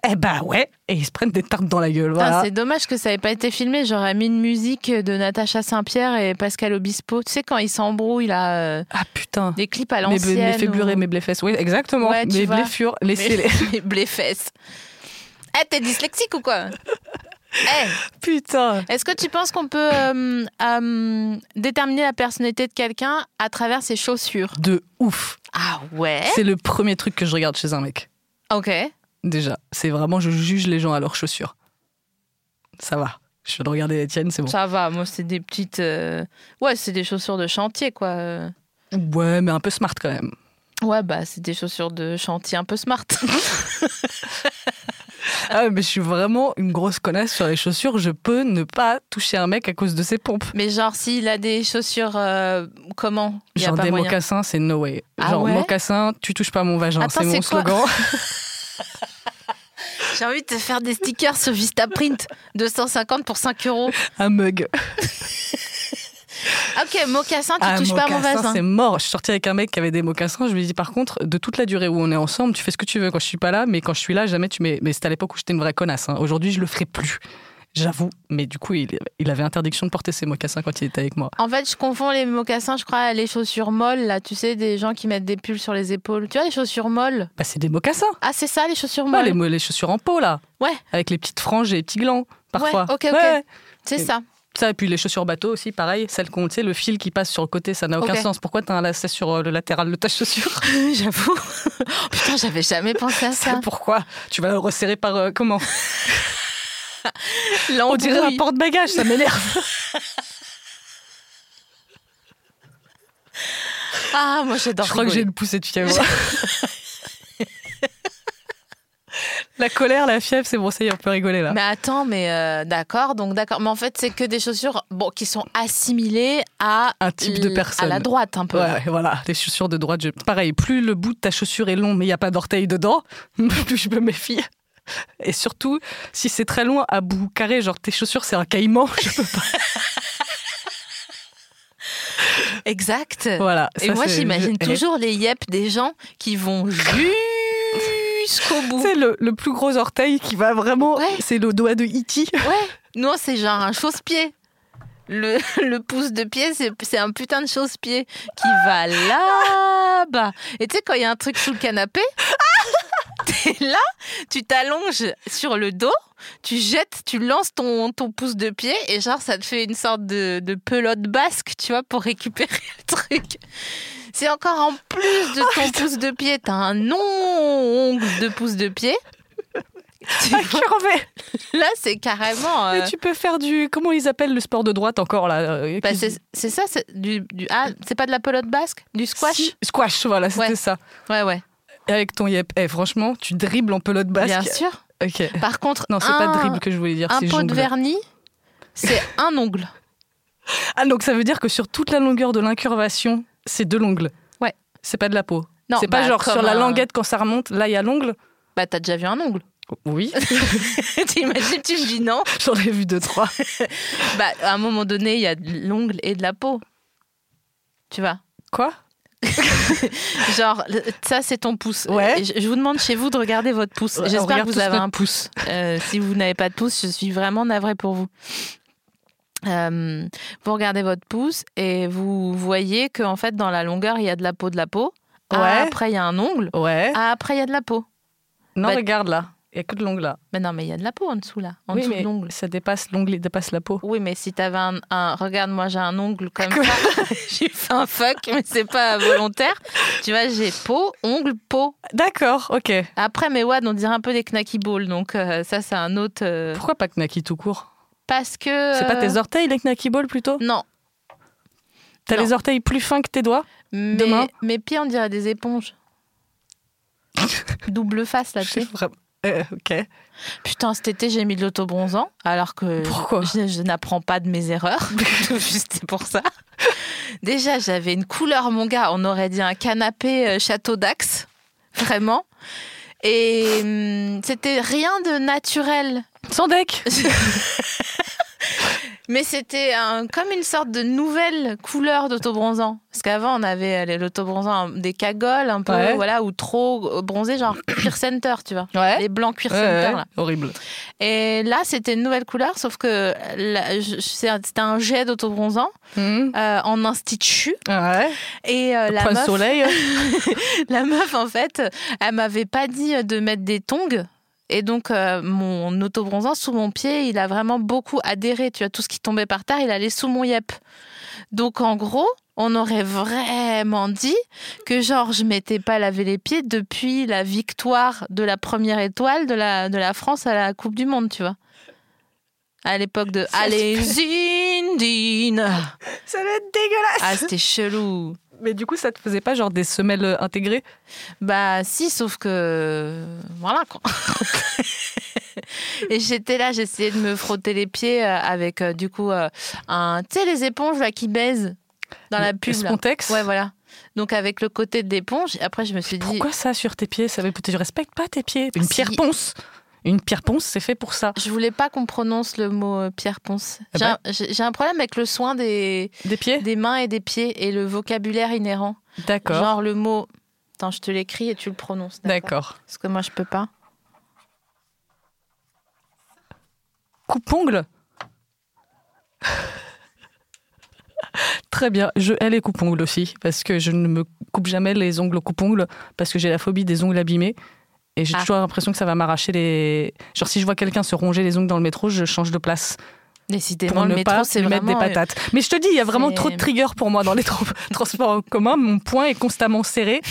Eh ben ouais, et ils se prennent des tartes dans la gueule.
Putain,
Voilà.
C'est dommage que ça n'ait pas été filmé. J'aurais mis une musique de Natacha Saint-Pierre et Pascal Obispo. Tu sais, quand ils s'embrouillent, là, euh,
Ah putain.
des clips à
Mes,
l'ancienne.
blé- mes
ou-
fêblures
*laughs*
et mes bléfesses. Oui, exactement.
Ouais, tu
mes
vois.
bléfures,
*laughs*
laissez-les.
Mais- mais Bléfesse. Eh, t'es dyslexique ou quoi Eh,
Putain.
Est-ce que tu penses qu'on peut euh, euh, déterminer la personnalité de quelqu'un à travers ses chaussures
De ouf.
Ah ouais
C'est le premier truc que je regarde chez un mec.
Ok.
Déjà, c'est vraiment, je juge les gens à leurs chaussures. Ça va. Je viens de regarder les tiennes, c'est bon.
Ça va, moi c'est des petites... euh, Ouais, c'est des chaussures de chantier quoi. euh.
Ouais, mais un peu smart quand même.
Ouais, bah c'est des chaussures de chantier un peu smart. *laughs*
Ah, mais je suis vraiment une grosse connasse sur les chaussures. Je peux ne pas toucher un mec à cause de ses pompes.
Mais genre s'il a des chaussures... euh, comment Il y a
Genre
pas
des
moyen.
mocassins, c'est no way.
Ah
Genre
ouais
mocassin, tu touches pas mon vagin,
Attends,
c'est mon
c'est quoi *laughs*
slogan.
J'ai envie de te faire des stickers sur *laughs* Vistaprint. 250 pour 5 euros.
un mug.
Ok, mocassin, tu
Ah,
touches pas à mon
mocassin,
vase. hein.
C'est mort. Je suis sortie avec un mec qui avait des mocassins. Je lui ai dit par contre, de toute la durée où on est ensemble, tu fais ce que tu veux. Quand je suis pas là, mais quand je suis là, jamais tu mets. Mais c'était à l'époque où j'étais une vraie connasse. hein. Aujourd'hui, je le ferai plus. J'avoue. Mais du coup, il, il avait interdiction de porter ses mocassins quand il était avec moi.
En fait, je confonds les mocassins, je crois, les chaussures molles, là, tu sais, des gens qui mettent des pulls sur les épaules. Tu vois, les chaussures molles
Bah, c'est des mocassins.
Ah, c'est ça, les chaussures
Pas
molles
les, mo- les chaussures en peau là.
Ouais.
Avec les petites franges et les petits glands. Parfois.
Ouais, ok, ok. C'est
les- *laughs*
ça.
Ça, et puis les chaussures bateau aussi, pareil, celles qu'on, tu sais, le fil qui passe sur le côté, ça n'a aucun
Ok.
sens. Pourquoi t'as un lacet sur euh, le latéral de ta chaussure
J'avoue. *laughs* Putain, j'avais jamais pensé à ça.
*laughs* C'est pourquoi Tu vas le resserrer par euh, comment
Là,
On dirait un porte-bagages, ça m'énerve.
Ah, moi, j'adore.
Je crois que j'ai
rigoler.
une poussée
*laughs*
de fièvre. *laughs* la colère, la fièvre, c'est bon, ça y est, on peut rigoler là.
Mais attends, mais euh, d'accord, donc d'accord. Mais en fait, c'est que des chaussures bon, qui sont assimilées à.
Un type de
l-
personne.
À la droite, un peu.
Ouais, ouais, voilà, les chaussures de droite, je- pareil, plus le bout de ta chaussure est long mais il n'y a pas d'orteil dedans, *laughs* plus je me méfie. Et surtout, si c'est très loin, à bout carré, genre tes chaussures c'est un caïman, *laughs* je peux pas.
Exact.
Voilà.
Et
ça,
moi,
c'est-
j'imagine
Eh,
toujours les yep des gens qui
*laughs*
vont jusqu'au bout.
C'est le, le plus gros orteil qui va vraiment.
Ouais.
C'est le doigt de Iti. *laughs*
Ouais, non, c'est genre un chausse-pied. Le, le pouce de pied, c'est c'est un putain de chausse-pied qui va là-bas. Et tu sais, quand il y a un truc sous le canapé, T'es là, tu t'allonges sur le dos, tu jettes, tu lances ton, ton pouce de pied et genre ça te fait une sorte de, de pelote basque, tu vois, pour récupérer le truc. C'est encore en plus de
Oh,
ton pouce de pied, t'as un long ongle de pouce de pied. Tu
Ah,
vois,
curvé.
là, c'est carrément. euh,
Mais tu peux faire du. Comment ils appellent le sport de droite encore là euh,
bah,
qui-
c'est c'est ça, c'est du, du- ah, c'est pas de la pelote basque, du squash.
Si- Squash, voilà, c'était
Ouais.
ça.
Ouais, ouais.
Et avec ton yep. Eh, franchement, tu dribbles en pelote
Bien
basque.
sûr.
Ok.
Par contre,
Non, c'est
un,
pas dribble que je voulais dire,
un
c'est
pot de
jongle.
vernis, c'est un ongle.
Ah, donc ça veut dire que sur toute la longueur de l'incurvation, c'est de l'ongle.
Ouais.
C'est pas de la peau.
Non,
*laughs* C'est pas
bah,
genre sur
comme
la
un-
languette quand ça remonte, là il y a l'ongle.
Bah, t'as déjà vu un ongle. *laughs*
Oui,
T'imagines, tu me dis non.
*laughs* j'en ai vu
*laughs*
deux, trois.
Bah, à un moment donné, il y a de l'ongle et de la peau. Tu vois
Quoi
Genre, le- ça, c'est ton pouce.
Ouais.
Et Je, je vous demande chez vous de regarder votre pouce.
Ouais, on
J'espère
regarde
que vous
tous
avez
notre
un pouce. Euh, si vous n'avez pas de pouce, je suis vraiment navrée pour vous. Euh, vous regardez votre pouce et vous voyez que en fait, dans la longueur, il y a de la peau de la peau. Ah,
Ouais.
Après, il y a un ongle.
Ouais.
Ah, Après, il y a de la peau.
non,
bah-
regarde là. Il y a que de l'ongle là.
Mais non, mais il y a de la peau en dessous, là. En
Oui,
dessous
mais
de l'ongle.
Ça dépasse l'ongle, il dépasse la peau.
Oui, mais si t'avais un, un- Regarde, moi j'ai un ongle comme ça. *laughs* j'ai fait un fuck, mais c'est pas volontaire. Tu vois, j'ai peau, ongle, peau.
D'accord, ok.
Après, mes wads, on dirait un peu des knacky balls. Donc, euh, ça, c'est un autre. euh,
Pourquoi pas Knacky tout court
parce que.
C'est pas
euh,
tes orteils les Knacky Ball plutôt
Non.
T'as
non.
les orteils plus fins que tes doigts
Mais,
Demain.
Mes pieds, on dirait des *laughs* éponges. Double face, là,
Je
tu
sais
sais.
vraiment- Euh, ok.
Putain, cet été, j'ai mis de l'autobronzant, alors que
Pourquoi
je, je n'apprends pas de mes erreurs. *laughs* Juste c'est pour ça. Déjà, j'avais une couleur, mon gars. On aurait dit un canapé euh, château d'Axe, vraiment. Et hum, c'était rien de naturel.
Sans deck
*laughs* Mais c'était un- comme une sorte de nouvelle couleur d'autobronzant. Parce qu'avant, on avait euh, l'autobronzant euh, des cagoles un peu,
Ouais.
voilà, ou trop euh, bronzé, genre *coughs* cuir center, tu vois.
Ouais.
Les blancs cuir
Ouais,
center,
ouais,
là.
Horrible.
Et là, c'était une nouvelle couleur, sauf que là, je- je- c'est un- c'était un jet d'autobronzant
Hmm.
euh, en institut.
Ouais.
Et euh, la,
Point
meuf,
soleil.
*laughs* la meuf, en fait, elle m'avait pas dit de mettre des tongs. Et donc, euh, mon autobronzant sous mon pied, il a vraiment beaucoup adhéré. Tu vois, tout ce qui tombait par terre, il allait sous mon yep. Donc, en gros, on aurait vraiment dit que, genre, je m'étais pas lavé les pieds depuis la victoire de la première étoile de la, de la France à la Coupe du Monde, tu vois. À l'époque de Allez, Zindine
Ça va être dégueulasse.
Ah, c'était chelou
Mais du coup, ça te faisait pas genre des semelles euh, intégrées
Bah si, sauf que voilà
*laughs*
quoi. Et j'étais là, j'essayais de me frotter les pieds euh, avec euh, du coup euh, un, tu sais les éponges là qui baisent dans la
Le-
pub.
le
là.
Spontex
Ouais voilà. Donc avec le côté de l'éponge. Après je me suis dit,
Pourquoi ça sur tes pieds Ça veut peut-être je respecte pas tes pieds. Une
Si.
pierre ponce. Une pierre ponce, c'est fait pour ça.
je voulais pas qu'on prononce le mot euh, Pierre Ponce.
Eh
J'ai un- J'ai j'ai un problème avec le soin des,
Des pieds
des mains et des pieds et le vocabulaire inhérent.
D'accord.
Genre le mot. Attends, je te l'écris et tu le prononces.
D'accord.
Parce que moi je peux pas.
Coupongle Très bien. Je hais les coupongle aussi, parce que je ne me coupe jamais les ongles coupongle, parce que j'ai la phobie des ongles abîmés. Et j'ai
Ah.
toujours l'impression que ça va m'arracher les. Genre, si je vois quelqu'un se ronger les ongles dans le métro, je change de place. pour
Décidément le
ne
métro
pas
c'est
lui
vraiment
mettre des
euh,
patates. Mais je te dis, il y a vraiment
c'est-
trop de triggers pour moi dans les *laughs* tra- transports en commun. Mon poing est constamment serré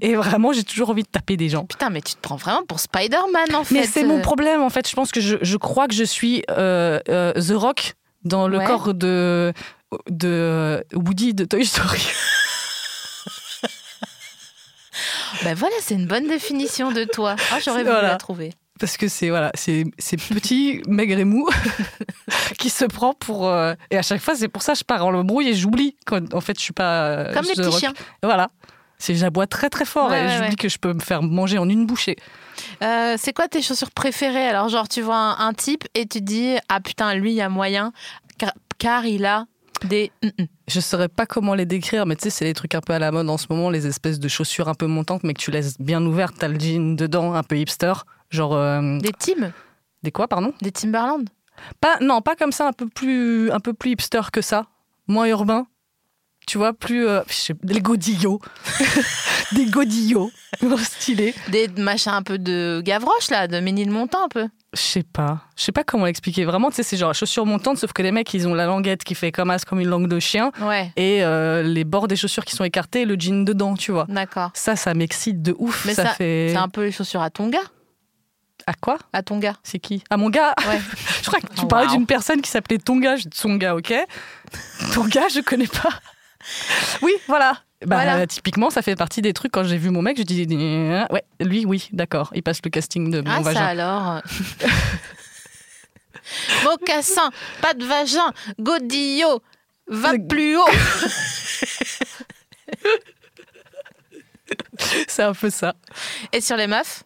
et vraiment, j'ai toujours envie de taper des gens.
Putain, mais tu te prends vraiment pour Spider-Man en fait. Euh,
Mais c'est mon problème en fait. Je pense que je, je crois que je suis euh, euh, The Rock dans le
Ouais.
corps de, de Woody de Toy Story. *laughs*
Bah voilà, c'est une bonne définition de toi. Ah, J'aurais voulu
Voilà.
la trouver.
Parce que c'est voilà, c'est c'est petit, maigre et mou *laughs* qui se prend pour. euh, et à chaque fois, c'est pour ça que je pars en embrouille et j'oublie. quand- En fait, je suis pas. euh,
Comme les
The
petits
Rock.
chiens.
Voilà. C'est j'aboie très très fort
Ouais,
et
ouais,
j'oublie
ouais.
que je peux me faire manger en une bouchée.
Euh, c'est quoi tes chaussures préférées Alors, genre, tu vois un, un type et tu te dis Ah putain, lui, il y a moyen, car, car il a des.
Je saurais pas comment les décrire, mais tu sais, c'est les trucs un peu à la mode en ce moment, les espèces de chaussures un peu montantes, mais que tu laisses bien ouvertes, t'as le jean dedans, un peu hipster. Genre euh,
Des Tim
des quoi, pardon
Des Timberland
Pas non, pas comme ça, un peu plus un peu plus hipster que ça, moins urbain. tu vois, plus. euh, je sais- des godillots. *laughs* des godillots. *laughs* Genre stylés.
Des machins un peu de Gavroche, là, de Ménilmontant, un peu.
Je sais pas. Je sais pas comment l'expliquer. Vraiment, tu sais, c'est genre chaussures montantes, sauf que les mecs, ils ont la languette qui fait comme as, comme une langue de chien,
Ouais,
et euh, les bords des chaussures qui sont écartés, et le jean dedans, tu vois.
d'accord.
Ça, ça m'excite de ouf.
Mais
ça,
ça,
fait.
C'est un peu les chaussures à ton gars.
À quoi
À ton gars.
C'est qui À mon gars
Ouais.
*laughs* Je crois que tu
Oh,
parlais
wow.
d'une personne qui s'appelait Tonga. Je dis Tonga, ok Tonga, je connais pas. *laughs* Oui, voilà. Bah,
Voilà.
Typiquement, ça fait partie des trucs. Quand j'ai vu mon mec, je dis Ouais, lui, oui, d'accord. Il passe le casting de mon
ah, ça
vagin. *laughs*
alors. Mocassin, pas de vagin, godillot, va
Le-
plus haut.
C'est un peu ça.
Et sur les meufs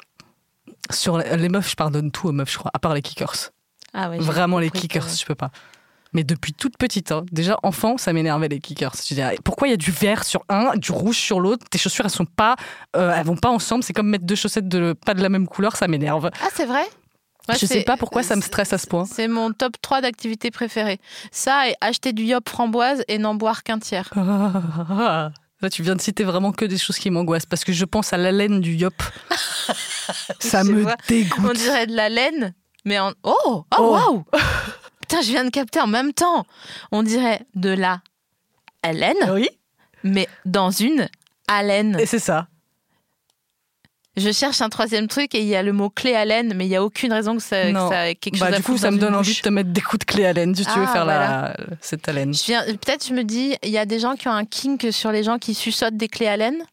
Sur les meufs, je pardonne tout aux meufs, je crois, à part les kickers.
Ah ouais, j'ai
Vraiment les
compris euh. que-
kickers, je peux pas. Mais depuis toute petite, hein. déjà enfant, ça m'énervait les kickers. Je disais, ah, pourquoi il y a du vert sur un, du rouge sur l'autre Tes chaussures, elles sont pas, euh, elles vont pas ensemble. C'est comme mettre deux chaussettes de, pas de la même couleur, ça m'énerve.
Ah, c'est vrai Moi,
je sais
c'est-
pas pourquoi ça me
c'est-
stresse hein. à ce
*laughs*
point.
C'est mon top 3 d'activités préférées. Ça et acheter du yop framboise et n'en boire qu'un tiers.
Ah, Là, tu viens de citer vraiment que des choses qui m'angoissent parce que je pense à la laine du
*laughs*
yop. ça
Je
me
vois.
dégoûte. *laughs*
On dirait de la laine, mais en. Oh Oh, waouh Putain, je viens de capter en même temps. On dirait de la laine,
Ah
*laughs*
Oui,
mais dans une haleine.
et c'est ça.
Je cherche un troisième truc et il y a le mot clé haleine, mais il n'y a aucune raison que ça, que
Non.
ça ait quelque
Bah,
chose à
du coup,
foutre
ça
dans
me donne
une
envie de
bouche.
te mettre des coups de clé à laine si tu veux
Ah,
faire la... cette haleine.
Je viens- Peut-être je me dis, il y a des gens qui ont un kink sur les gens qui suçotent des clés haleines.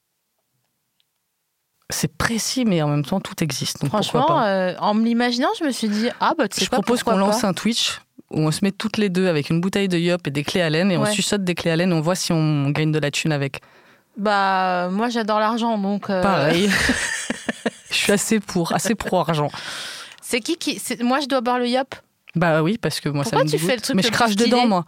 C'est précis, mais en même temps, tout existe. Donc pourquoi
Franchement,
pas.
euh, en me l'imaginant, je me suis dit, ah bah tu sais
Je
quoi,
propose
pourquoi
qu'on lance
pas.
un Twitch où on se met toutes les deux avec une bouteille de yop et des clés à laine et on
Ouais.
suçote des clés à laine et on voit si on gagne de la thune avec.
Bah euh, moi j'adore l'argent, donc... euh, *laughs*
Pareil. Je suis assez pour, assez pro argent.
C'est qui qui... c'est- Moi je dois boire le yop
Bah oui, parce que moi
Pourquoi
ça me
tu
dégoûte.
fais le truc
Mais
le
je crache
plus stylé
dedans moi,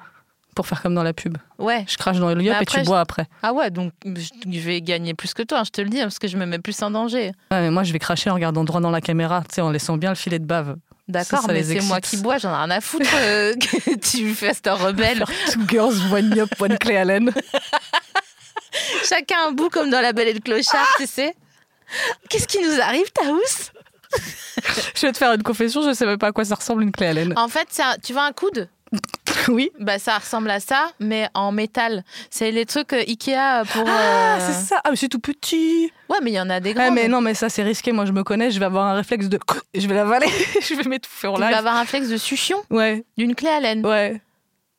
pour faire comme dans la pub.
Ouais.
Je crache dans le yop
Mais
et tu
après, je-
bois après.
Ah ouais, donc je je vais gagner plus que toi, hein, je te le dis, hein, parce que je me mets plus en danger.
Ouais, mais moi je vais cracher en regardant droit dans la caméra, tu sais, en laissant bien le filet de bave.
D'accord,
ça
mais
les
c'est moi
excite.
qui bois, j'en ai rien à foutre euh, *laughs* que tu fasses ta rebelle.
Two girls, one yop, one clé
*laughs*
à laine.
Chacun un bout comme dans la belle et le clochard, tu sais. Qu'est-ce qui nous arrive, Taous
Je vais te faire une confession, je sais même pas à quoi ça ressemble une clé à laine.
En fait, ça, tu vois un coude
Oui.
Bah ça ressemble à ça, mais en métal. C'est les trucs euh, Ikea pour...
Ah,
euh,
c'est ça. Ah, mais c'est tout petit.
Ouais, Eh, mais il y en a des grands.
Ah mais non mais ça c'est risqué moi je me connais je vais avoir un réflexe de *laughs* je vais l'avaler je vais m'étouffer en
Tu vas
live
avoir un réflexe de succion
ouais
d'une clé à laine.
ouais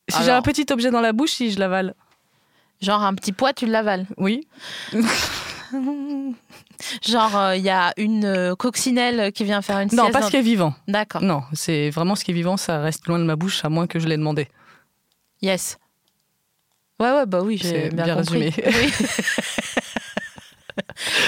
si j'ai
Alors.
un petit objet dans la bouche si je l'avale
Genre un petit poids, tu l'avales.
oui
Genre euh, il y a une euh, coccinelle qui vient faire une
non
sieste
pas
dans-
ce qui est vivant
D'accord.
non c'est vraiment ce qui est vivant ça reste loin de ma bouche à moins que je l'ai demandé
Yes. Ouais, ouais, bah oui, j'ai
C'est
bien,
bien
compris.
résumé.
*laughs* Oui.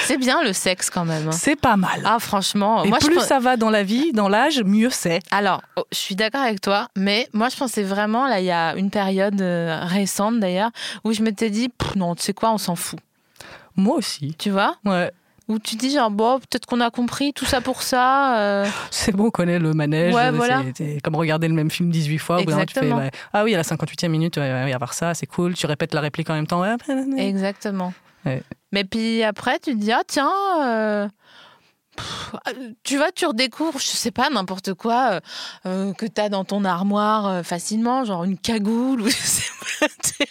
c'est bien le sexe quand même. hein.
c'est pas mal
Ah franchement,
et
moi
plus
je... pense-
ça va dans la vie dans l'âge mieux c'est
Alors, oh, je suis d'accord avec toi, mais moi je pensais vraiment, là il y a une période euh, récente d'ailleurs, où je m'étais dit, Pff, non, tu sais quoi, on s'en fout,
moi aussi
tu vois
ouais
Où tu dis genre, bon, peut-être qu'on a compris tout ça pour ça. euh,
c'est bon on connaît le manège
Ouais,
euh,
voilà.
c'est- c'est comme regarder le même film 18 fois au bout d'un moment, tu fais,
Exactement.
ouais, ah oui à la 58e minute ouais, ouais, il va y avoir ça c'est cool tu répètes la réplique en même temps ouais,
Exactement.
Ouais.
Mais puis après, tu te dis, ah tiens, euh, pff, euh, tu vas, tu redécouvres, je sais pas, n'importe quoi euh, euh, que tu as dans ton armoire euh, facilement, genre une cagoule ou *laughs* je sais pas. tu vois.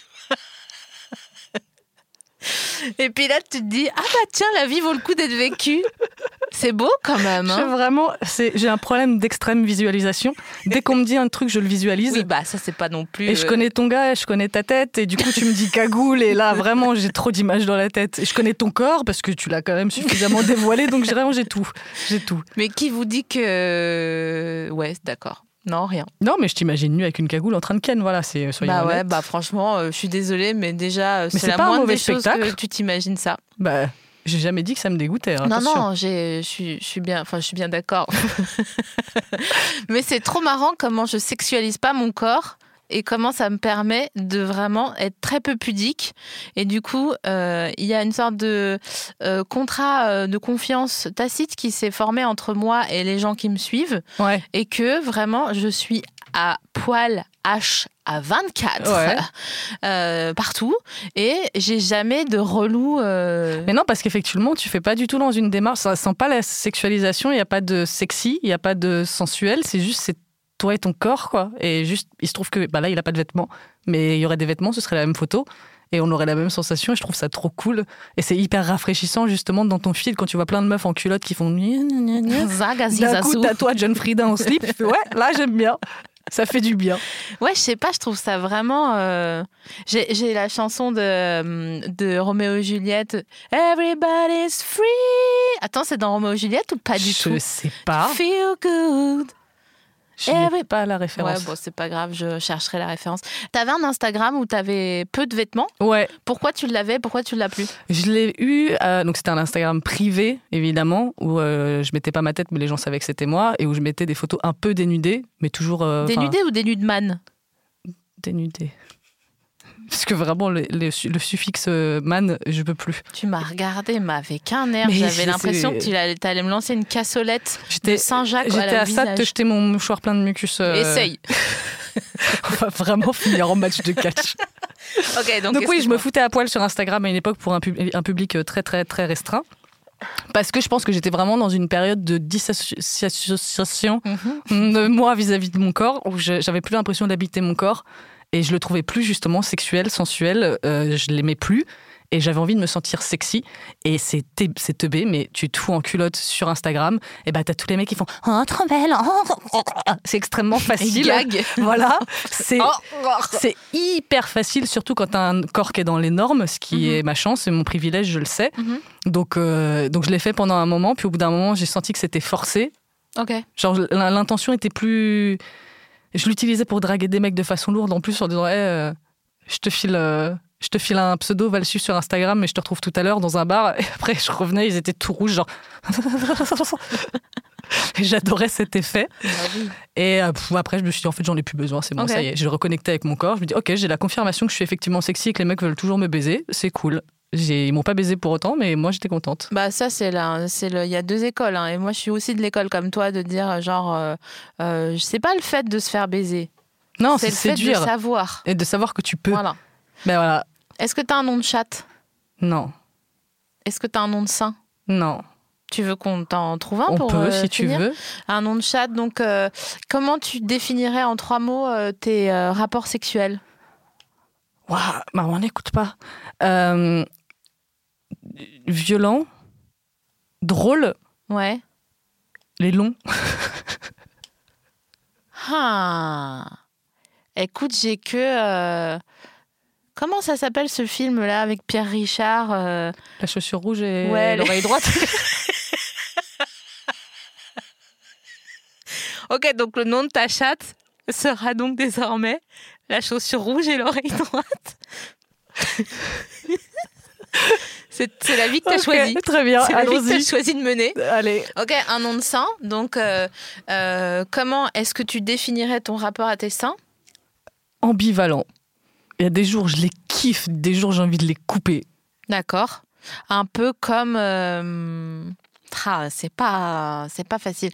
Et puis là, tu te dis, ah bah tiens, la vie vaut le coup d'être vécue. C'est beau quand même.
Je,
hein.
vraiment, c'est- j'ai un problème d'extrême visualisation. Dès qu'on me dit un truc, je le visualise.
Oui, bah ça, c'est pas non plus.
Et je
euh,
connais ton gars, et je connais ta tête, et du coup tu me dis cagoule, et là vraiment j'ai trop d'images dans la tête. Et je connais ton corps parce que tu l'as quand même suffisamment dévoilé, donc j'ai- vraiment j'ai tout, j'ai tout.
Mais qui vous dit que. Ouais, d'accord. Non, rien.
Non mais je t'imagine nu avec une cagoule en train de ken, voilà, c'est soyons
bah ouais,
honnêtes.
bah franchement, euh, je suis désolée, mais déjà, euh, c'est
c'est
la
pas un
moindre
mauvais
des choses que
spectacle.
tu t'imagines ça.
Bah, j'ai jamais dit que ça me dégoûtait. hein,
non,
attention.
non, j'ai- je suis je suis bien, enfin, je suis bien *laughs* d'accord. mais c'est trop marrant comment je sexualise pas mon corps et comment ça me permet de vraiment être très peu pudique. Et du coup, euh, il y a une sorte de euh, contrat euh, de confiance tacite qui s'est formé entre moi et les gens qui me suivent
Ouais.
et que vraiment je suis à poil H à 24
Ouais.
*laughs* euh, partout et j'ai jamais de relou. euh,
Mais non, parce qu'effectivement, tu fais pas du tout dans une démarche. Ça sent pas la sexualisation. Il n'y a pas de sexy, il n'y a pas de sensuel. C'est juste, c'est toi et ton corps, quoi. Et juste, il se trouve que bah là, il a pas de vêtements. Mais il y aurait des vêtements, ce serait la même photo. Et on aurait la même sensation. Et je trouve ça trop cool. Et c'est hyper rafraîchissant, justement, dans ton feed, quand tu vois plein de meufs en culotte qui font. gna, gna, gna, gna.
zaga,
D'un
zizazou.
coup, t'as toi, John Frieda en slip. Tu fais, ouais, là, j'aime bien. Ça fait du bien.
Ouais, je sais pas, je trouve ça vraiment. euh, J'ai j'ai la chanson de, euh, de Roméo et Juliette. Everybody's free. Attends, c'est dans Roméo et Juliette ou pas du
je
tout
sais pas.
Feel good.
Je n'ai
Every-
pas la
Eh Ouais,
référence.
bon, c'est pas grave, je chercherai la référence. T'avais un Instagram où t'avais peu de vêtements.
ouais.
Pourquoi tu l'avais Pourquoi tu l'as plus
Je l'ai eu, euh, donc c'était un Instagram privé, évidemment, où euh, je mettais pas ma tête, mais les gens savaient que c'était moi, et où je mettais des photos un peu dénudées, mais toujours. euh, enfin,
Dénudé ou dénude man
Dénudées. *laughs* Parce que vraiment, le, le su- le suffixe euh, man, je peux plus.
Tu m'as regardé, mais avec un air.
Mais
J'avais
c'est-
l'impression que
c'est-
tu allais t'allais me lancer une cassolette de
J'étais.
Saint-Jacques à
J'étais
la
à ça de te jeter mon mouchoir plein de mucus. euh, *laughs*
Essaye.
On va vraiment finir en match
*laughs*
de catch.
Ok, donc,
Donc oui, je me
excuse-moi.
foutais à poil sur Instagram à une époque pour un, pub- un public euh, très très très restreint. Parce que je pense que j'étais vraiment dans une période de dissociation
Mhm.
de moi vis-à-vis de mon corps, où je- j'avais plus l'impression d'habiter mon corps et je le trouvais plus justement sexuel, sensuel, euh, je l'aimais plus et j'avais envie de me sentir sexy et c'est te- c'est teubé mais tu te fous en culotte sur Instagram et bah t'as tous les mecs qui font oh trop belle oh. c'est extrêmement
Et
facile
gag.
voilà c'est
Oh.
c'est hyper facile, surtout quand t'as un corps qui est dans les normes, ce qui
Mhm.
est ma chance et mon privilège, je le sais.
Mhm.
Donc, euh, donc je l'ai fait pendant un moment, puis au bout d'un moment, j'ai senti que c'était forcé.
Ok.
Genre, l- l'intention était plus. Je l'utilisais pour draguer des mecs de façon lourde, en plus, en disant Eh, euh, je te file. euh, je te file un pseudo, va le suivre sur Instagram, mais je te retrouve tout à l'heure dans un bar. Et après, je revenais, ils étaient tout rouges, genre. *laughs* Et J'adorais cet effet.
Bah
Et euh, pff, après, je me suis dit, en fait, j'en ai plus besoin, c'est bon,
Ok.
ça y est. J'ai reconnecté avec mon corps. Je me dis, ok, j'ai la confirmation que je suis effectivement sexy et que les mecs veulent toujours me baiser. C'est cool. J'ai- Ils m'ont pas baisé pour autant, mais moi, j'étais contente.
Bah ça c'est là, c'est le, il y a deux écoles hein, et moi je suis aussi de l'école comme toi de dire euh, genre euh, euh, c'est pas le fait de se faire baiser,
Non,
c'est
c'est
le fait
séduire.
de savoir.
Et de savoir que tu peux.
Voilà.
Ben voilà.
Est-ce que t'as un nom de chatte
Non.
Est-ce que t'as un nom de saint
Non.
Tu veux qu'on t'en trouve un
On
pour
peut,
euh,
si tu
finir
veux.
Un nom de chatte. Donc euh, comment tu définirais en trois mots euh, tes euh, rapports sexuels
Waouh, maman, on n'écoute pas. Euh, violent, drôle,
Ouais.
les longs.
Ah. Écoute, j'ai que euh, comment ça s'appelle ce film là avec Pierre Richard euh,
La chaussure rouge et
Ouais,
*laughs* l'oreille droite.
Ok, donc le nom de ta chatte sera donc désormais la chaussure rouge et l'oreille *laughs* droite. c'est c'est la vie que tu as
Ok,
choisie.
Très bien,
C'est la vie que tu
allons-y.
as choisi de mener.
Allez.
Ok, un nom de saint. Donc, euh, euh, comment est-ce que tu définirais ton rapport à tes seins
ambivalent. Il y a des jours, je les kiffe, des jours, j'ai envie de les couper.
D'accord. Un peu comme. euh, ah, c'est pas, c'est pas facile.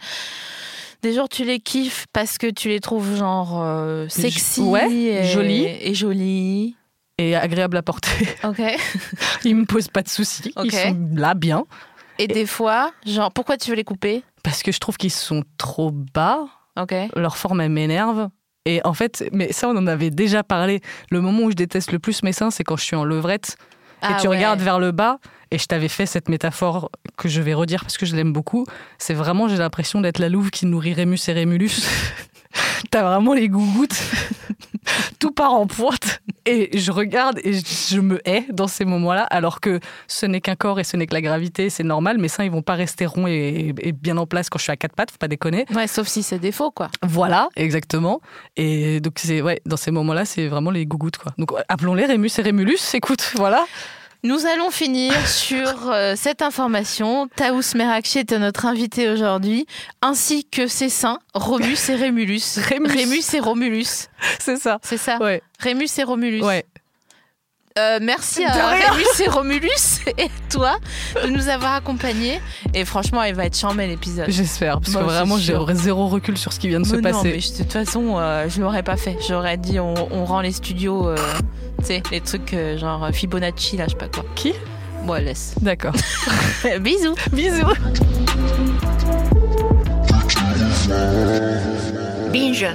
Des jours, tu les kiffes parce que tu les trouves genre euh, sexy,
ouais,
et,
jolies.
et jolies.
Et agréable à porter. *laughs*
Ok.
Ils me posent pas de soucis.
Ok.
Ils sont là bien.
Et des fois, genre, pourquoi tu veux les couper
Parce que je trouve qu'ils sont trop bas.
Ok.
Leur forme, elle m'énerve. Et en fait, mais ça, on en avait déjà parlé. Le moment où je déteste le plus mes seins, c'est quand je suis en levrette
Ah
et tu regardes vers le bas. Et je t'avais fait cette métaphore que je vais redire parce que je l'aime beaucoup. C'est vraiment, j'ai l'impression d'être la louve qui nourrit Rémus et Rémulus. *laughs* T'as vraiment les gougouttes. *laughs* Tout part en pointe. Et je regarde et je, je me hais dans ces moments-là, alors que ce n'est qu'un corps et ce n'est que la gravité, c'est normal. Mes seins, ils vont pas rester ronds et, et bien en place quand je suis à quatre pattes, faut pas déconner.
Ouais, sauf si c'est défaut, quoi.
Voilà, exactement. Et donc, c'est ouais, dans ces moments-là, c'est vraiment les gougouttes, quoi. Donc, appelons-les Rémus et Rémulus, écoute, *laughs* voilà.
Nous allons
*laughs*
finir sur euh, cette information. Taous Merakchi est notre invité aujourd'hui, ainsi que ses saints, Romus et
*laughs*
Rémulus.
Rémus.
et Romulus,
C'est ça.
c'est ça
Ouais,
Rémus et Romulus.
ouais.
Euh, merci
De
à
rien.
Rémus et Romulus *laughs* et à toi de nous avoir accompagnés. Et franchement, il va être charmé l'épisode.
J'espère, parce
Moi,
que
je suis
vraiment, j'ai
sûre.
zéro recul sur ce qui vient de se
Mais non,
passer.
mais je- de toute façon, euh, je l'aurais pas fait. J'aurais dit, on, on rend les studios, euh, tu sais, les trucs euh, genre Fibonacci, là, je sais pas quoi.
Qui
Bon,
*laughs*
laisse. *laughs*
D'accord.
Bisous.
Bisous.
Binge.